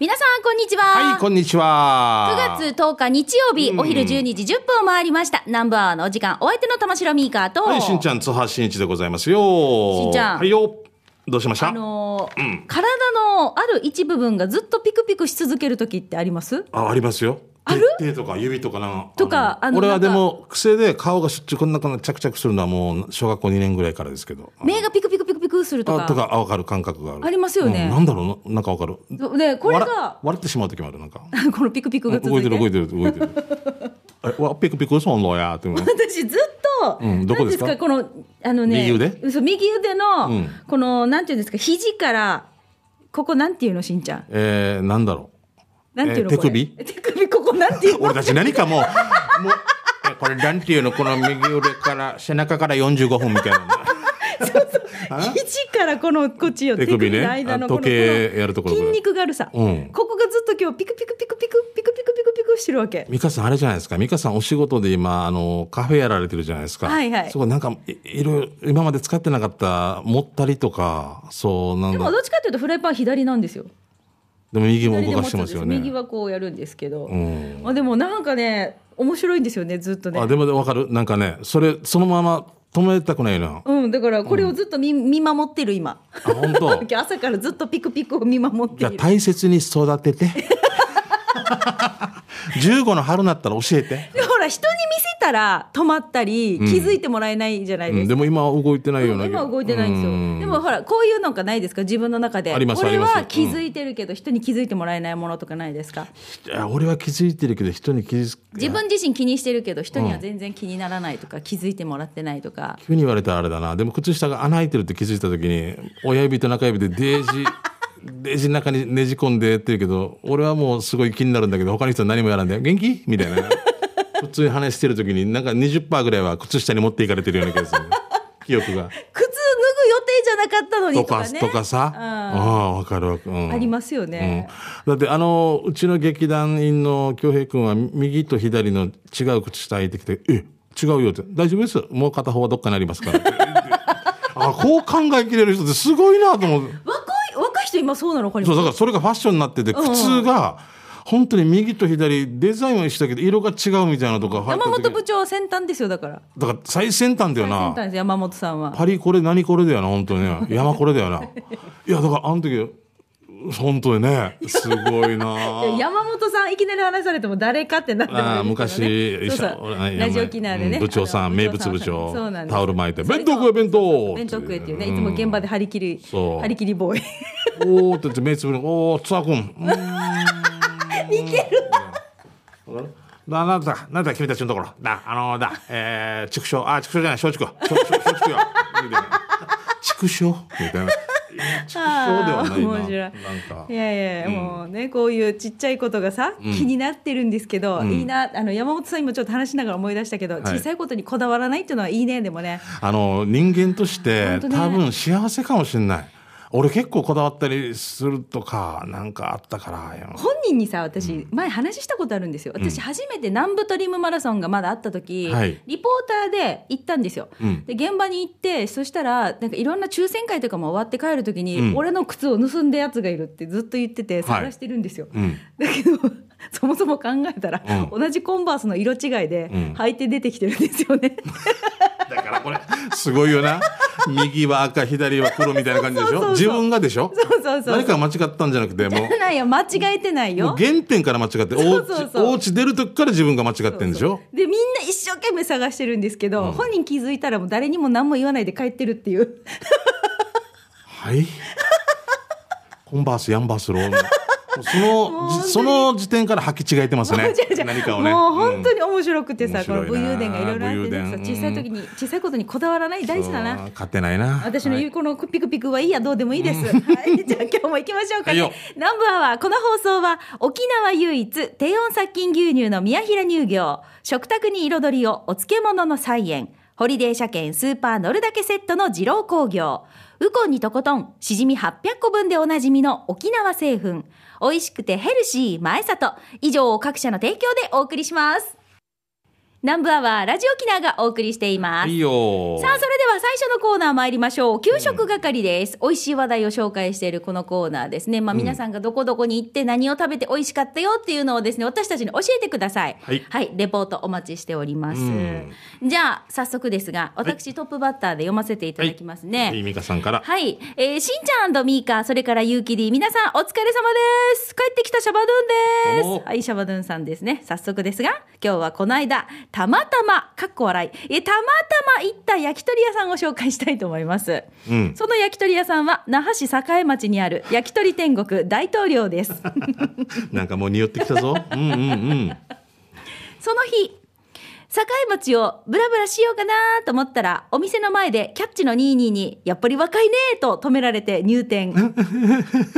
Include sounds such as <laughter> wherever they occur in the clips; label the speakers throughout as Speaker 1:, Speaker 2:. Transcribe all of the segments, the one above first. Speaker 1: 皆さんこんにちは、
Speaker 2: はい、こんにちは。
Speaker 1: 9月10日日曜日、お昼12時10分を回りました。ナンバーワンのお時間、お相手の玉城ミーカーと、
Speaker 2: はい、しんちゃん、津波しんいちでございますよ。
Speaker 1: しんちゃん
Speaker 2: はいよ。どうしました
Speaker 1: あのー体のある一部分がずっとピクピクし続ける時ってあります
Speaker 2: あ、ありますよ。
Speaker 1: ある
Speaker 2: 手手とか指とかな。
Speaker 1: とかあ
Speaker 2: あの
Speaker 1: の
Speaker 2: 俺は
Speaker 1: な
Speaker 2: で
Speaker 1: んか
Speaker 2: も、癖で顔がしょっちゅうこんなこんな着々するのはもう、小学校2年ぐらいからですけど。
Speaker 1: 目がピクピクピクピクすると
Speaker 2: あ
Speaker 1: か。
Speaker 2: とか、あわかる感覚がある。
Speaker 1: ありますよね
Speaker 2: うんなんだろうな、なんかわかる。
Speaker 1: ね、これ
Speaker 2: 笑
Speaker 1: が、
Speaker 2: 笑ってしまう時もある、なんか。
Speaker 1: このピクピクが続
Speaker 2: 動
Speaker 1: い
Speaker 2: い
Speaker 1: て。
Speaker 2: てる動いてる動いてる。
Speaker 1: <laughs>
Speaker 2: え、わ、ピクピクそんのやーっていうの。
Speaker 1: 私ずっと、
Speaker 2: うんどこですか
Speaker 1: なんこの、あのね、
Speaker 2: 右腕
Speaker 1: そう右腕の、
Speaker 2: うん
Speaker 1: この、なんていうんですか、肘から、ここなんていうの、しんちゃん。
Speaker 2: えー、なんだろう。
Speaker 1: なんていうの、
Speaker 2: えー
Speaker 1: これ
Speaker 2: 手首
Speaker 1: 手首、ここなんていうの
Speaker 2: 俺たち何かもう、もう、えこれなんていうの、この右腕から、背中から45分みたいな。
Speaker 1: 肘からこのこっちよ
Speaker 2: 手首ね
Speaker 1: の間の
Speaker 2: あ
Speaker 1: この
Speaker 2: 時計やるところ
Speaker 1: この
Speaker 2: ぐらい
Speaker 1: 筋肉があるさ、
Speaker 2: うん
Speaker 1: ここがずっと今日ピクピクピクピクピクピクピクピクしてるわけ
Speaker 2: 美香さんあれじゃないですか。美香さんお仕事で今、あの、カフェやられてるじゃないですか。
Speaker 1: はいはい
Speaker 2: そこなんか、いいろいろ、今まで使ってなかった、持ったりとか、そう、なん
Speaker 1: でも
Speaker 2: だ
Speaker 1: ど。っちかというとフライパンは左なんですよ
Speaker 2: でも右も
Speaker 1: 左で持
Speaker 2: 動
Speaker 1: つ
Speaker 2: かして
Speaker 1: ん
Speaker 2: ま
Speaker 1: ですす
Speaker 2: よ
Speaker 1: 右
Speaker 2: ね。
Speaker 1: はこうやるんですけど、
Speaker 2: うん。
Speaker 1: まあ、でもなんかね面白いんですよねずっとね
Speaker 2: あ、でもわかるなんかね、それ、そのまま止めたくないな。
Speaker 1: うんだからこれをずっと見,、見守ってる今
Speaker 2: あ、本当
Speaker 1: 今。日朝からずっとピクピクを見守って
Speaker 2: じゃあ
Speaker 1: いる
Speaker 2: 大切に育
Speaker 1: <laughs>
Speaker 2: てて。15の春になったら教えて。
Speaker 1: でほら人に見せたら止まったり気づいてもらえないじゃないですか
Speaker 2: うん、でも今は動いてないような
Speaker 1: 今は動いてないんですよでもほらこういうのがないですか自分の中で
Speaker 2: あります
Speaker 1: 俺
Speaker 2: あり
Speaker 1: は
Speaker 2: ます
Speaker 1: 気づいてるけど、人に気づいてもらえないものとかないですか
Speaker 2: いや俺は気づいてるけど人に気づく
Speaker 1: 自分自身気にしてるけど人には全然気にならないとか、気づいてもらってないとか
Speaker 2: 急に言われたらあれだなでも靴下が穴開いてるって気づいた時に親指と中指でデージ <laughs> デージの中にねじ込んでって言うけど俺はもうすごい気になるんだけど他の人は何もやらんで「元気?」みたい
Speaker 1: <laughs>
Speaker 2: な普通に話してる時になんか20%ぐらいは靴下に持っていかれてるような気がする記憶が。
Speaker 1: 靴脱ぐ予定じゃなかったのに
Speaker 2: と
Speaker 1: <laughs> と
Speaker 2: か
Speaker 1: か,、ね、
Speaker 2: とかさ、ああわかるわ、うん、
Speaker 1: ありますよね、
Speaker 2: うん、だってあのうちの劇団員の恭平君は右と左の違う口下開いてきて「え違うよ」って「大丈夫ですもう片方はどっかにありま
Speaker 1: <laughs>
Speaker 2: すから」ってあこう考えきれる人ってすごいなと思って
Speaker 1: 若い若い人今そうなの分かり
Speaker 2: そ
Speaker 1: ます
Speaker 2: うだからそれがファッションになってて
Speaker 1: んうん
Speaker 2: 靴が本当に右と左デザインは一緒だけど色が違うみたいなのとか入った
Speaker 1: 山
Speaker 2: 時
Speaker 1: 本部長先端ですよだから
Speaker 2: だから最先端だ
Speaker 1: 最
Speaker 2: よ
Speaker 1: 先
Speaker 2: な
Speaker 1: 端です山本さんは
Speaker 2: パリこれ何これだよな本当にね山これだよないやだからあの時本当にねすごいな
Speaker 1: 山本さんいきなり話されても誰かってなってもいい
Speaker 2: ああ
Speaker 1: ですからね
Speaker 2: 昔、一緒
Speaker 1: そうそう
Speaker 2: 俺ね
Speaker 1: ラジオ沖縄でね、
Speaker 2: うん部長さ
Speaker 1: あ
Speaker 2: ん
Speaker 1: の
Speaker 2: 名物部
Speaker 1: そう
Speaker 2: 長
Speaker 1: なんです
Speaker 2: タオル巻いて「弁当食え弁当!」
Speaker 1: 弁当食えっていうね、
Speaker 2: う
Speaker 1: い
Speaker 2: ん
Speaker 1: つも現場で張り切り、
Speaker 2: そう
Speaker 1: 張り切りボーイ。
Speaker 2: おおって言って目つぶるおおつわくんうーんいけるななんだなんだ君たちのところだあのだえー畜生あ畜生じゃない松竹松竹松竹よ <laughs> みたいな畜生みたいな畜生ではないな
Speaker 1: 面白い
Speaker 2: なんか
Speaker 1: いやいや、もうね、こういうちっちゃいことがさ、気になってるんですけど、いいな、あの山本さん今ちょっと話しながら思い出したけど、小さいことにこだわらないっていうのはいいね、でもね。
Speaker 2: あの人間として
Speaker 1: 本当ね
Speaker 2: 多分幸せかもしれない俺結構こだわったりするとかなんかあったからよ
Speaker 1: 本人にさ私前話したことあるんですよ私初めて南部トリムマラソンがまだあった時、
Speaker 2: はい
Speaker 1: リポーターで行ったんですよ、
Speaker 2: うん
Speaker 1: で現場に行ってそしたらなんかいろんな抽選会とかも終わって帰る時に、
Speaker 2: うん
Speaker 1: 俺の靴を盗んだやつがいるってずっと言ってて探してるんですよ、
Speaker 2: うん
Speaker 1: だけど <laughs> そもそも考えたら、
Speaker 2: う
Speaker 1: 同じコンバースの色違いで
Speaker 2: うん
Speaker 1: 履いて出てきてるんですよ
Speaker 2: <laughs>
Speaker 1: ね、
Speaker 2: だからこれすごいよな右は赤左は黒みたいな感じでし
Speaker 1: そうそうそ
Speaker 2: ょ
Speaker 1: う
Speaker 2: 自分がでしょ
Speaker 1: そうそうそう
Speaker 2: 誰かが間違ったんじゃなくてもう
Speaker 1: ないよ間違えてないよ
Speaker 2: もう原点から間違ってお
Speaker 1: そう
Speaker 2: うち
Speaker 1: そうそう
Speaker 2: おうち出る時から自分が間違ってんでしょ
Speaker 1: でみんな一生懸命探してるんですけど、本人気づいたらもう誰にも何も言わないで帰ってるっていう
Speaker 2: はいコンバースヤンバースローもうそのじその時点から履き違えてま
Speaker 1: <laughs>
Speaker 2: す
Speaker 1: もう
Speaker 2: ね
Speaker 1: 違う違う
Speaker 2: 何かをね
Speaker 1: もう本当
Speaker 2: に
Speaker 1: に面白くてさ、
Speaker 2: うん
Speaker 1: この武勇伝がいろいろあって
Speaker 2: 武勇
Speaker 1: ね
Speaker 2: 伝
Speaker 1: 小さい時に小さいことにこだわらない大事だな
Speaker 2: 勝てないな
Speaker 1: 私の
Speaker 2: はい
Speaker 1: 言うこのピクピクはいいやどうでもいいです、はい、 <laughs> じゃあ今日も行きましょうかね、
Speaker 2: はいよ
Speaker 1: ナンバーはこの放送は沖縄唯一低温殺菌牛乳の宮平乳業食卓に彩りをお漬物の菜園ホリデー車検スーパー乗るだけセットの二郎工業ウコンにとことんしじみ800個分でおなじみの沖縄製粉美味しくてヘルシー前里以上を各社の提供でお送りします南部アワーラジオキナがお送りしています。
Speaker 2: いいよ
Speaker 1: さあ、それでは最初のコーナー参りましょう。給食係です。美味しい話題を紹介しているこのコーナーですね。まあ、皆さんがどこどこに行って何を食べて美味しかったよっていうのをですね、私たちに教えてください。
Speaker 2: はい
Speaker 1: レポートお待ちしております。
Speaker 2: うん
Speaker 1: じゃあ、早速ですが、私、トップバッターで読ませていただきますね。
Speaker 2: いいみかさんから
Speaker 1: はい。えー、しんちゃんミーカ、それからゆうきり、皆さんお疲れ様です。帰ってきたシャバドゥン
Speaker 2: お
Speaker 1: です。はい、シャバドゥンさんですね。早速ですが、今日はこの間、たまたま、かっこ笑い、えーたまたま行った焼き鳥屋さんを紹介したいと思います。
Speaker 2: うん
Speaker 1: その焼き鳥屋さんは、那覇市栄町にある焼き鳥天国大統領です。
Speaker 2: なんかもう匂ってきたぞうんうんうん
Speaker 1: その日、境町をブラブラしようかなと思ったら、お店の前でキャッチの22に、やっぱり若いねーと止められて入店。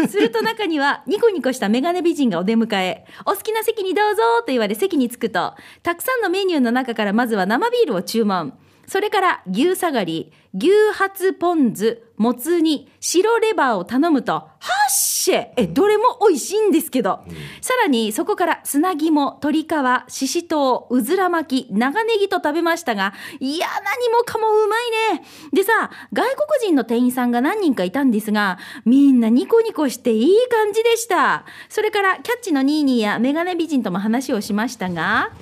Speaker 1: すると中には、ニコニコしたメガネ美人がお出迎え、お好きな席にどうぞと言われ席に着くと、たくさんのメニューの中からまずは生ビールを注文。それから、牛下がり、牛初ポン酢、もつ煮、白レバーを頼むと、はっしゃえ、どれも美味しいんですけど。さらに、そこから砂肝、鶏皮、ししとう、うずら巻き、長ネギと食べましたが、いや、何もかもうまいね。でさ、外国人の店員さんが何人かいたんですが、みんなニコニコしていい感じでした。それから、キャッチのニーニーやメガネ美人とも話をしましたが、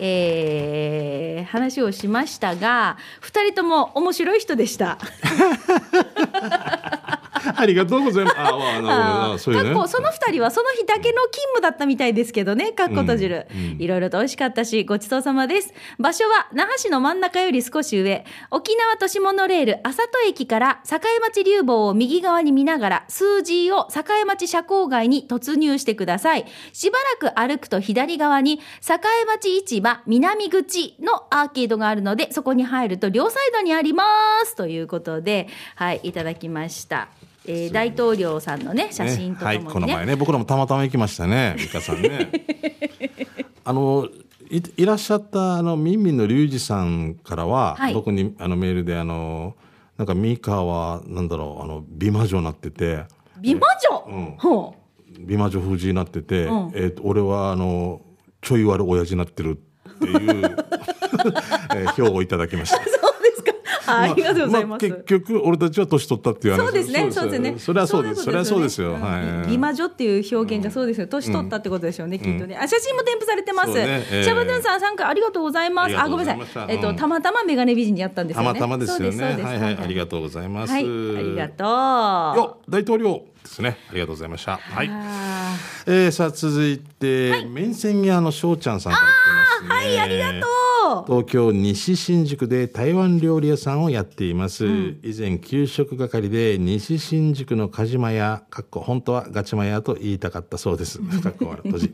Speaker 1: えー話をしましたが2人とも面白い人でした。
Speaker 2: ありがとうございますあわあなるほど
Speaker 1: あ
Speaker 2: な
Speaker 1: ー
Speaker 2: そうい
Speaker 1: <laughs>
Speaker 2: う
Speaker 1: かっこ
Speaker 2: ね
Speaker 1: その2人はその日だけの勤務だったみたいですけどねかっこ閉じる、
Speaker 2: うんうん
Speaker 1: いろいろと美味しかったしごちそうさまです場所は那覇市の真ん中より少し上沖縄都市モノレール浅戸駅から栄町流房を右側に見ながら数字を栄町社交街に突入してくださいしばらく歩くと左側に栄町市場南口のアーケードがあるのでそこに入ると両サイドにありますということではいいただきました、えー大統領さんのね写真とともにね
Speaker 2: はいこの前ね僕らもたまたま行きましたね美香さ
Speaker 1: <laughs>
Speaker 2: んねあのいいらっしゃったあのみんみんの隆二さんからは、
Speaker 1: はい
Speaker 2: 僕にあのメールであのなんか美香はなんだろうあの美魔女になってて
Speaker 1: 美魔女、
Speaker 2: うん
Speaker 1: ほ
Speaker 2: 美魔女風じになってて、
Speaker 1: うん
Speaker 2: えーと俺はあのちょい悪親父になってるっていう
Speaker 1: <laughs>
Speaker 2: えー票をいただきました
Speaker 1: うそうですかあありがとうございます、
Speaker 2: あ結局俺たちは年取ったっていう話
Speaker 1: そうですね、そうですね。
Speaker 2: それはそうですそれはそうですよ、
Speaker 1: ん
Speaker 2: はい
Speaker 1: 美魔女っていう表現がそうですよ。年取ったってことでしょうね、きっとね。あ、写真も添付されてます。
Speaker 2: そ
Speaker 1: シ
Speaker 2: うねえー
Speaker 1: ャバドゥンさん参加ありがとうございます。
Speaker 2: あ
Speaker 1: あ、
Speaker 2: りがと
Speaker 1: ごめん
Speaker 2: うござい
Speaker 1: な
Speaker 2: まし
Speaker 1: さ
Speaker 2: た
Speaker 1: い。えっ
Speaker 2: う
Speaker 1: と
Speaker 2: ん
Speaker 1: たまたまメガネ美人に会ったんです
Speaker 2: た
Speaker 1: よね。
Speaker 2: またまですよね。
Speaker 1: そうで。
Speaker 2: はいはい、ありがとうございますす。
Speaker 1: はい、ありがとう。
Speaker 2: よ、大統領ですね。ありがとうございました。はい。
Speaker 1: あー
Speaker 2: えー、さあ続いて、麺線屋のしょうちゃんさんから来てますね。はい、ありがとう。
Speaker 1: お
Speaker 2: 東京西新宿で台湾料理屋さんをやっています、以前給食係で西新宿の鹿島屋かっこ本当はガチマ屋と言いたかったそうですかっこ笑い閉 <laughs> じ、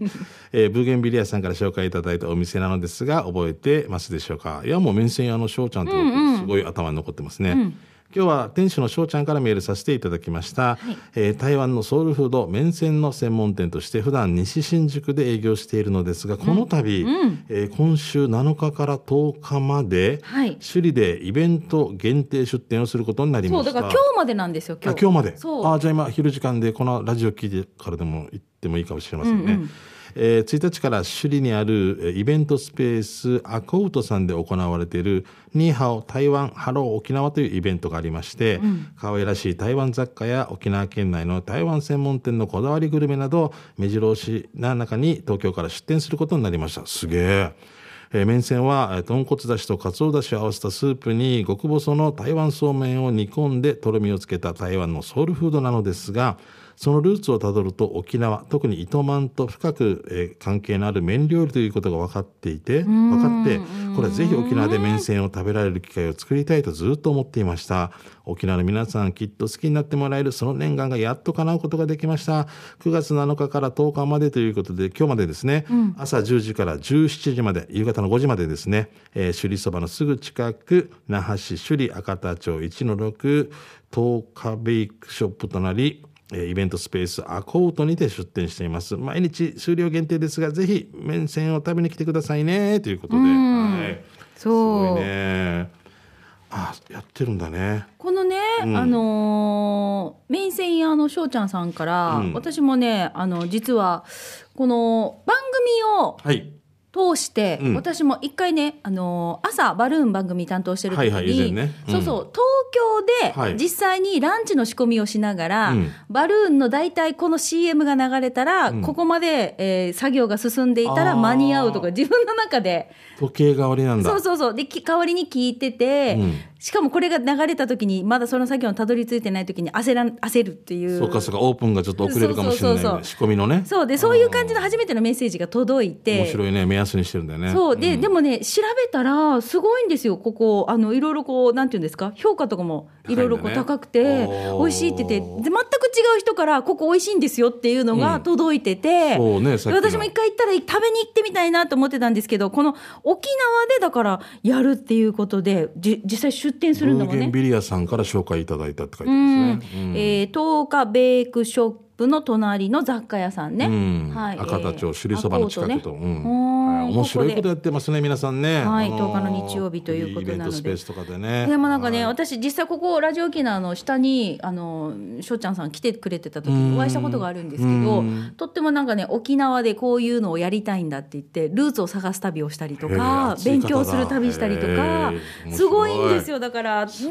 Speaker 2: えーブーゲンビリアさんから紹介いただいたお店なのですが覚えてますでしょうかいやもう麺線屋のしょうちゃんってことすごい頭に残ってますね、今日は店主のしょうちゃんからメールさせていただきました、えー台湾のソウルフード麺線の専門店として普段西新宿で営業しているのですがこの度、えー今週7日から10日まで、
Speaker 1: はい
Speaker 2: 首里でイベント限定出店をすることになり
Speaker 1: そ
Speaker 2: ま
Speaker 1: う、
Speaker 2: した
Speaker 1: だから今日までなんですよ。今
Speaker 2: あ
Speaker 1: 日。
Speaker 2: 今日まで
Speaker 1: そう
Speaker 2: あじゃあ今昼時間でこのラジオ聞いてからでも行ってもいいかもしれませんね、えー1日から首里にあるえーイベントスペースアコウトさんで行われている「ニーハオ台湾ハロー沖縄」というイベントがありまして、可愛らしい台湾雑貨や沖縄県内の台湾専門店のこだわりグルメなど目白押しな中に東京から出店することになりましたすげええー麺線は、えー豚骨だしと鰹だしを合わせたスープに極細の台湾そうめんを煮込んでとろみをつけた台湾のソウルフードなのですがそのルーツをたどると沖縄特に糸満と深く、えー関係のある麺料理ということが分かっていて分かってこれはぜひ沖縄で麺線を食べられる機会を作りたいとずっと思っていました沖縄の皆さんきっと好きになってもらえるその念願がやっと叶うことができました9月7日から10日までということで今日までですね、朝10時から17時まで夕方の5時までですね、えー首里そばのすぐ近く那覇市首里赤田町1-6東華ベイクショップとなりえーイベントスペースアコートにて出店しています毎日数量限定ですがぜひ麺線を食べに来てくださいねということで、はい、す
Speaker 1: そう。
Speaker 2: ごいねあやってるんだね
Speaker 1: このね、あのー、メイン専用のしょうちゃんさんから、
Speaker 2: うん
Speaker 1: 私もね、あの、実は、この番組を
Speaker 2: はい
Speaker 1: 東通して、
Speaker 2: うん
Speaker 1: 私も一回ね、あのー朝バルーン番組担当してる時に、
Speaker 2: はいはい以前ねうん
Speaker 1: そうそう東
Speaker 2: は
Speaker 1: 京で
Speaker 2: い
Speaker 1: 実際にランチの仕込みをしながら、
Speaker 2: うん
Speaker 1: バルーンの大体この CM が流れたら、
Speaker 2: うん
Speaker 1: ここまで、えー作業が進んでいたら
Speaker 2: あー
Speaker 1: 間に合うとか自分の中で
Speaker 2: 時計代わりなんだ
Speaker 1: そうそうそうでき代わりに聞いてて、
Speaker 2: うん
Speaker 1: しかもこれが流れた時にまだその作業にたどり着いてない時に焦らん焦るっていう
Speaker 2: そうかそうかオープンがちょっと遅れるかもしれないね
Speaker 1: そうそうそうそう
Speaker 2: 仕込みのね
Speaker 1: そうでそういう感じの初めてのメッセージが届いて
Speaker 2: 面白いね目安にしてるんだよね
Speaker 1: そうで、
Speaker 2: ん
Speaker 1: でもね調べたらすごいんですよここあのいろいろこうなんていうんですか評価とかもいろいろこう
Speaker 2: 高
Speaker 1: 高
Speaker 2: いんだね
Speaker 1: くて、
Speaker 2: おー
Speaker 1: 美味しいって言ってで全く違う人からここ美味しいんですよっていうのが届いてて、
Speaker 2: そうねさっきの
Speaker 1: 私も一回行ったら食べに行ってみたいなと思ってたんですけどこの沖縄でだからやるっていうことでじ実際出店するんだもん
Speaker 2: ブーゲ
Speaker 1: ね
Speaker 2: ン。ビリアさんから紹介いただいたって書いて
Speaker 1: う
Speaker 2: ますね。
Speaker 1: んえー、東華ベークショップの隣の雑貨屋さんね、
Speaker 2: うん
Speaker 1: はい、
Speaker 2: 赤田町首里そばの近く
Speaker 1: 赤
Speaker 2: と、う
Speaker 1: コートね
Speaker 2: ん
Speaker 1: うん
Speaker 2: はい面白い
Speaker 1: ここで
Speaker 2: ことやってますね皆さんね。
Speaker 1: はい
Speaker 2: あー
Speaker 1: 10日の日曜日ということなので
Speaker 2: イベントスペースとかでね。
Speaker 1: でもなんかね、
Speaker 2: はい
Speaker 1: 私実際ここラジオ沖縄の下にあのしょっちゃんさん来てくれてた時にお会いしたことがあるんですけど
Speaker 2: うん
Speaker 1: とってもなんかね沖縄でこういうのをやりたいんだって言ってルーツを探す旅をしたりと
Speaker 2: へえ
Speaker 1: か
Speaker 2: 熱い
Speaker 1: 勉
Speaker 2: 方だ
Speaker 1: 強する旅したりとか
Speaker 2: へえ面白い
Speaker 1: すごいんですよだからね
Speaker 2: い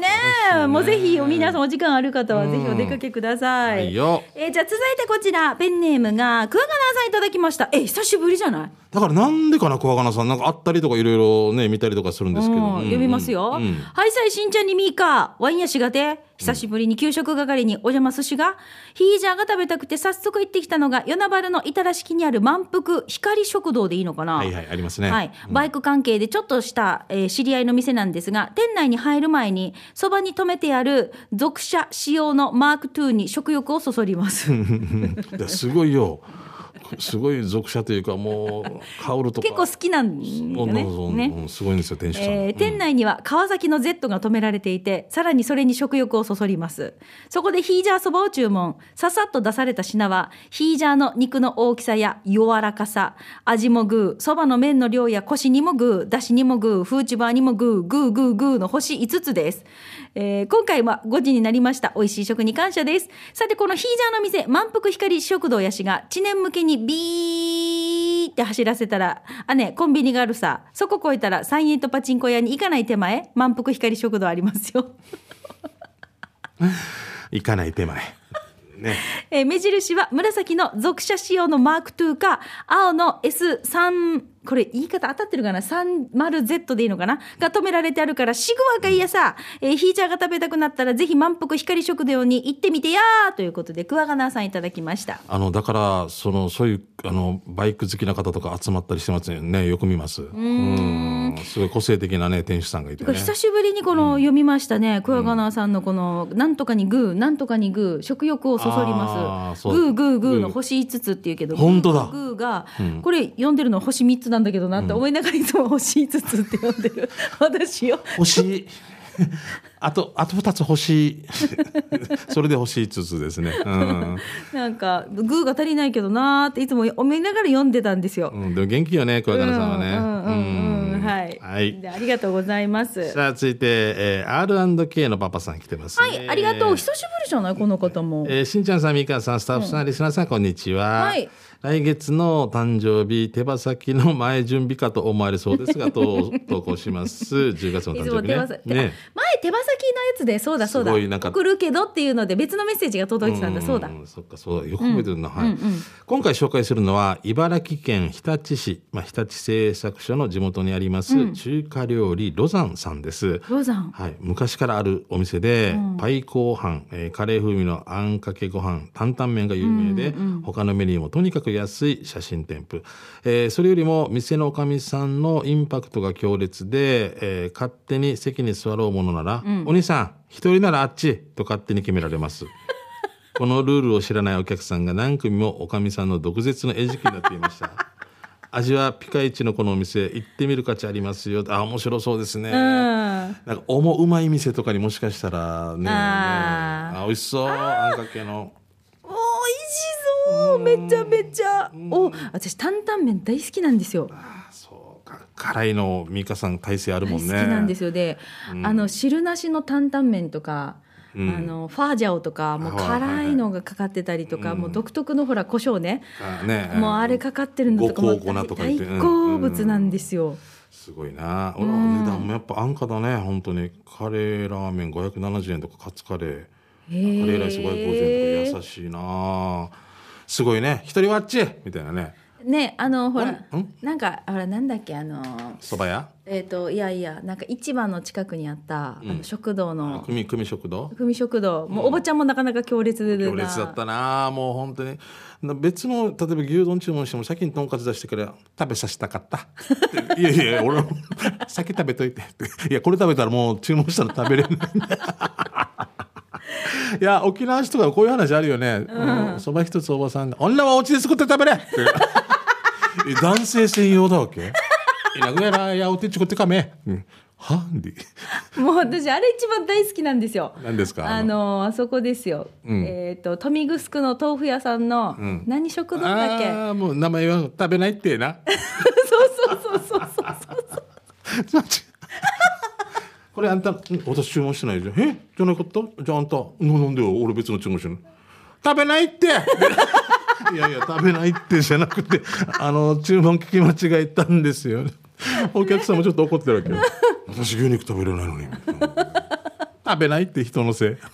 Speaker 2: ね
Speaker 1: もうぜひ皆さんお時間ある方はぜひお出かけくださ。
Speaker 2: はいいよ。
Speaker 1: えーじゃあ続いてこちらペンネームが桑川さんいただきましたえ久しぶりじゃない
Speaker 2: だからなんでかな小若菜さんなんかあったりとかいろいろね見たりとかするんですけど。
Speaker 1: うん
Speaker 2: うん
Speaker 1: 読みますよ。
Speaker 2: うん
Speaker 1: はいさいしんちゃんにみーかワインやしがて久しぶりに給食係にお邪魔すしがヒージャーが食べたくて早速行ってきたのが与那原の板ら敷にある満腹光食堂でいいのかな。
Speaker 2: はいはいありますね。
Speaker 1: はい、バイク関係でちょっとした、えー知り合いの店なんですが店内に入る前にそばに止めてある属車仕様のマーク2に食欲をそそります
Speaker 2: いやすごいよ。すごい属者というかも
Speaker 1: <laughs>
Speaker 2: う香るとか。
Speaker 1: 結構好きなんだよ
Speaker 2: うん
Speaker 1: ね
Speaker 2: うん
Speaker 1: ね
Speaker 2: うんすごいんですよ店主さん。
Speaker 1: えー店内には川崎の Z が止められていてさらにそれに食欲をそそりますそこでヒージャーそばを注文ささっと出された品はヒージャーの肉の大きさや柔らかさ味もグーそばの麺の量やコシにもグーだしにもグーフーチバーにもグーグーグーグーの星5つです、えー今回は5時になりました美味しい食に感謝ですさてこのヒージャーの店満腹光食堂やしが知念向けにビーって走らせたら姉コンビニがあるさそこ越えたらサインエイトパチンコ屋に行かない手前満腹光食堂ありますよ、
Speaker 2: 行かない
Speaker 1: <laughs>
Speaker 2: 手前。ね。
Speaker 1: えー目印は紫の属車仕様のマーク2か青の S3 これ言い方当たってるかな 30Z でいいのかなが止められてあるからシグワがいいやさ、えーヒーチャーが食べたくなったらぜひ満腹光食堂に行ってみてやーということで桑賀奈さんいただきました
Speaker 2: あのだからそのそういうあのバイク好きな方とか集まったりしてますよねよく見ますうんすごい個性的なね店主さんがいてね
Speaker 1: 久しぶりにこの読みましたね、桑賀奈さんのこの、なんとかにグー、なんとかにグー、食欲をそそりま
Speaker 2: あー
Speaker 1: す。
Speaker 2: そ
Speaker 1: グー
Speaker 2: う
Speaker 1: グーグーの
Speaker 2: グー
Speaker 1: 星5つっていうけど、
Speaker 2: 本当だ
Speaker 1: グーグーが、これ読んでるの星3つなんだけどなって思いながらいつも星5つって読んで
Speaker 2: <laughs>
Speaker 1: る私よ。
Speaker 2: 星 <laughs> あとあと2つ星 <laughs> それで星5つですねうん、
Speaker 1: なんか、グーが足りないけどなーっていつも思いながら読んでたんですよ。
Speaker 2: うん、でも元気よね桑原さんはね
Speaker 1: うんうんうんうん、
Speaker 2: うん
Speaker 1: はい、
Speaker 2: はい
Speaker 1: でありがとうございます。は
Speaker 2: さあ続いて、えー、R&K のパパさん来てます、ね、
Speaker 1: い、ありがとう。久しぶりじゃないこの方も。
Speaker 2: えー、しんちゃんさん、みかんさん、スタッフさん、リスナーさん、こんにちは。
Speaker 1: はい
Speaker 2: 来月の誕生日、手羽先の前準備かと思われそう <laughs> ですが、と投稿します。10月の
Speaker 1: い
Speaker 2: 誕
Speaker 1: つも
Speaker 2: 生
Speaker 1: 手羽
Speaker 2: 日
Speaker 1: 先、
Speaker 2: ね。ね
Speaker 1: 前手羽先のやつでそうだそうだ
Speaker 2: すごいなんか
Speaker 1: 送るけどっていうので別のメッセージが届いてたんだそうだ
Speaker 2: んそっか、そうだ。よく覚えてるな。はい、今回紹介するのは、茨城県日立市、まあ、日立製作所の地元にあります、中華料理ロザンさんです。
Speaker 1: ロザン
Speaker 2: はい、昔からあるお店で、パイ粉飯、えーカレー風味のあんかけご飯担々麺が有名で、他のメニューもとにかく安い写真店舗、えーそれよりも店のおかみさんのインパクトが強烈で、えー勝手に席に座ろうものなら「お兄さん一人ならあっち!」と勝手に決められます。このルールを知らないお客さんが何組もおかみさんの毒舌の餌食になってい
Speaker 1: <laughs>
Speaker 2: ました。味はピカイチのこのお店行ってみる価値ありますよ。あ、面白そうですね。
Speaker 1: うん
Speaker 2: なんか、おもうまい店とかにもしかしたらね、
Speaker 1: あー
Speaker 2: あ美味しそう、あんかけの。
Speaker 1: おー美味しそうめちゃめちゃお私担々麺大好きなんですよ
Speaker 2: あそうか、辛いの、ミカさん、体勢ある
Speaker 1: 大
Speaker 2: も
Speaker 1: 好
Speaker 2: ん
Speaker 1: き
Speaker 2: ね。
Speaker 1: なんですよであの汁なしの担々麺とか
Speaker 2: うん
Speaker 1: あのファージャオとかもう辛いのがかかってたりとか、
Speaker 2: はいはいはいう
Speaker 1: もう
Speaker 2: ん
Speaker 1: 独特のほら胡椒ね、
Speaker 2: あね
Speaker 1: もうあれかかってるのとかも
Speaker 2: ごこうごなとか言
Speaker 1: 大
Speaker 2: って
Speaker 1: 大好物なんですよ、
Speaker 2: すごいな俺は値段もやっぱ安価だね本当にカレーラーメン570円とかカツカレー
Speaker 1: へ
Speaker 2: カ
Speaker 1: え
Speaker 2: レーライス550円とか優しいなすごいね一人わっちみたいなね
Speaker 1: ねあのほら
Speaker 2: うん
Speaker 1: なんかほらなんだっけあの
Speaker 2: そば屋
Speaker 1: えっ、といやいやなんか市場の近くにあった、あの食堂の
Speaker 2: 組組食堂
Speaker 1: 組食堂もうおばちゃんもなかなか強烈で
Speaker 2: 行列だったなもう本当にな別の例えば牛丼注文しても先にとんかつ出してから食べさせたかった <laughs> っていやいや俺も先食べといてっていやこれ食べたらもう注文したら食べれない <laughs> いや沖縄市とかこういう話あるよねうんそば、一つおばさんが「女はお家で作って食べれ!」って <laughs> え男性専用だわけいなくやらやおてちこってかめ、うん、はんで
Speaker 1: もう私あれ一番大好きなんですよ。
Speaker 2: 何ですか
Speaker 1: あのあそこですよ。えっ、と豊見城の豆腐屋さんの、何食堂だっけ。
Speaker 2: ああもう名前は食べないってえな
Speaker 1: そうそうそうそうそうそう。
Speaker 2: <laughs> これあんたん私注文してないじゃんえじゃなかったじゃああんたななんでよ俺別の注文してない食べないって <laughs> いやいや食べないってじゃなくてあの注文聞き間違えたんですよお客さんもちょっと怒ってるわけよ私牛肉食べれないのに食べないって人のせい <laughs>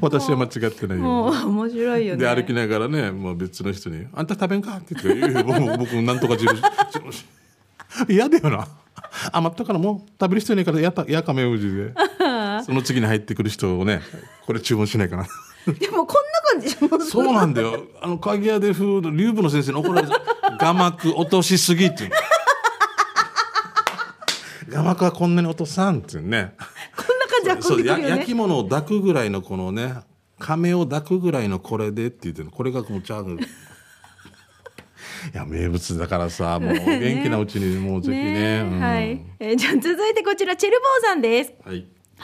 Speaker 2: 私は間違ってないよ
Speaker 1: もう面白いよね。
Speaker 2: で歩きながらね、まあ、別の人に「あんた食べんか?」って言っていやいや「僕も僕もなんとか自分自分し嫌だよな余ったからもう食べる人いないからやたやかめう
Speaker 1: <laughs>
Speaker 2: じでその次に入ってくる人をねこれ注文しないかな
Speaker 1: でもこんな感じ。
Speaker 2: そうなんだよあの鍵屋で風の竜部の先生に怒られて「画膜落としすぎ」っていうの画膜はこんなに落とさんっていうね
Speaker 1: こんな感じ
Speaker 2: そ
Speaker 1: 運ん
Speaker 2: う
Speaker 1: で
Speaker 2: や
Speaker 1: くるよ
Speaker 2: 焼
Speaker 1: ね
Speaker 2: き。物を抱くぐらいのこのね亀を抱くぐらいのこれでって言ってるのこれがこのチャー
Speaker 1: <laughs>
Speaker 2: グいや名物だからさ
Speaker 1: <laughs>
Speaker 2: もう元気なうちにもうぜひね
Speaker 1: ね
Speaker 2: うん
Speaker 1: はい。えーじゃあ続いてこちらチェルボーさんです。
Speaker 2: はい
Speaker 1: は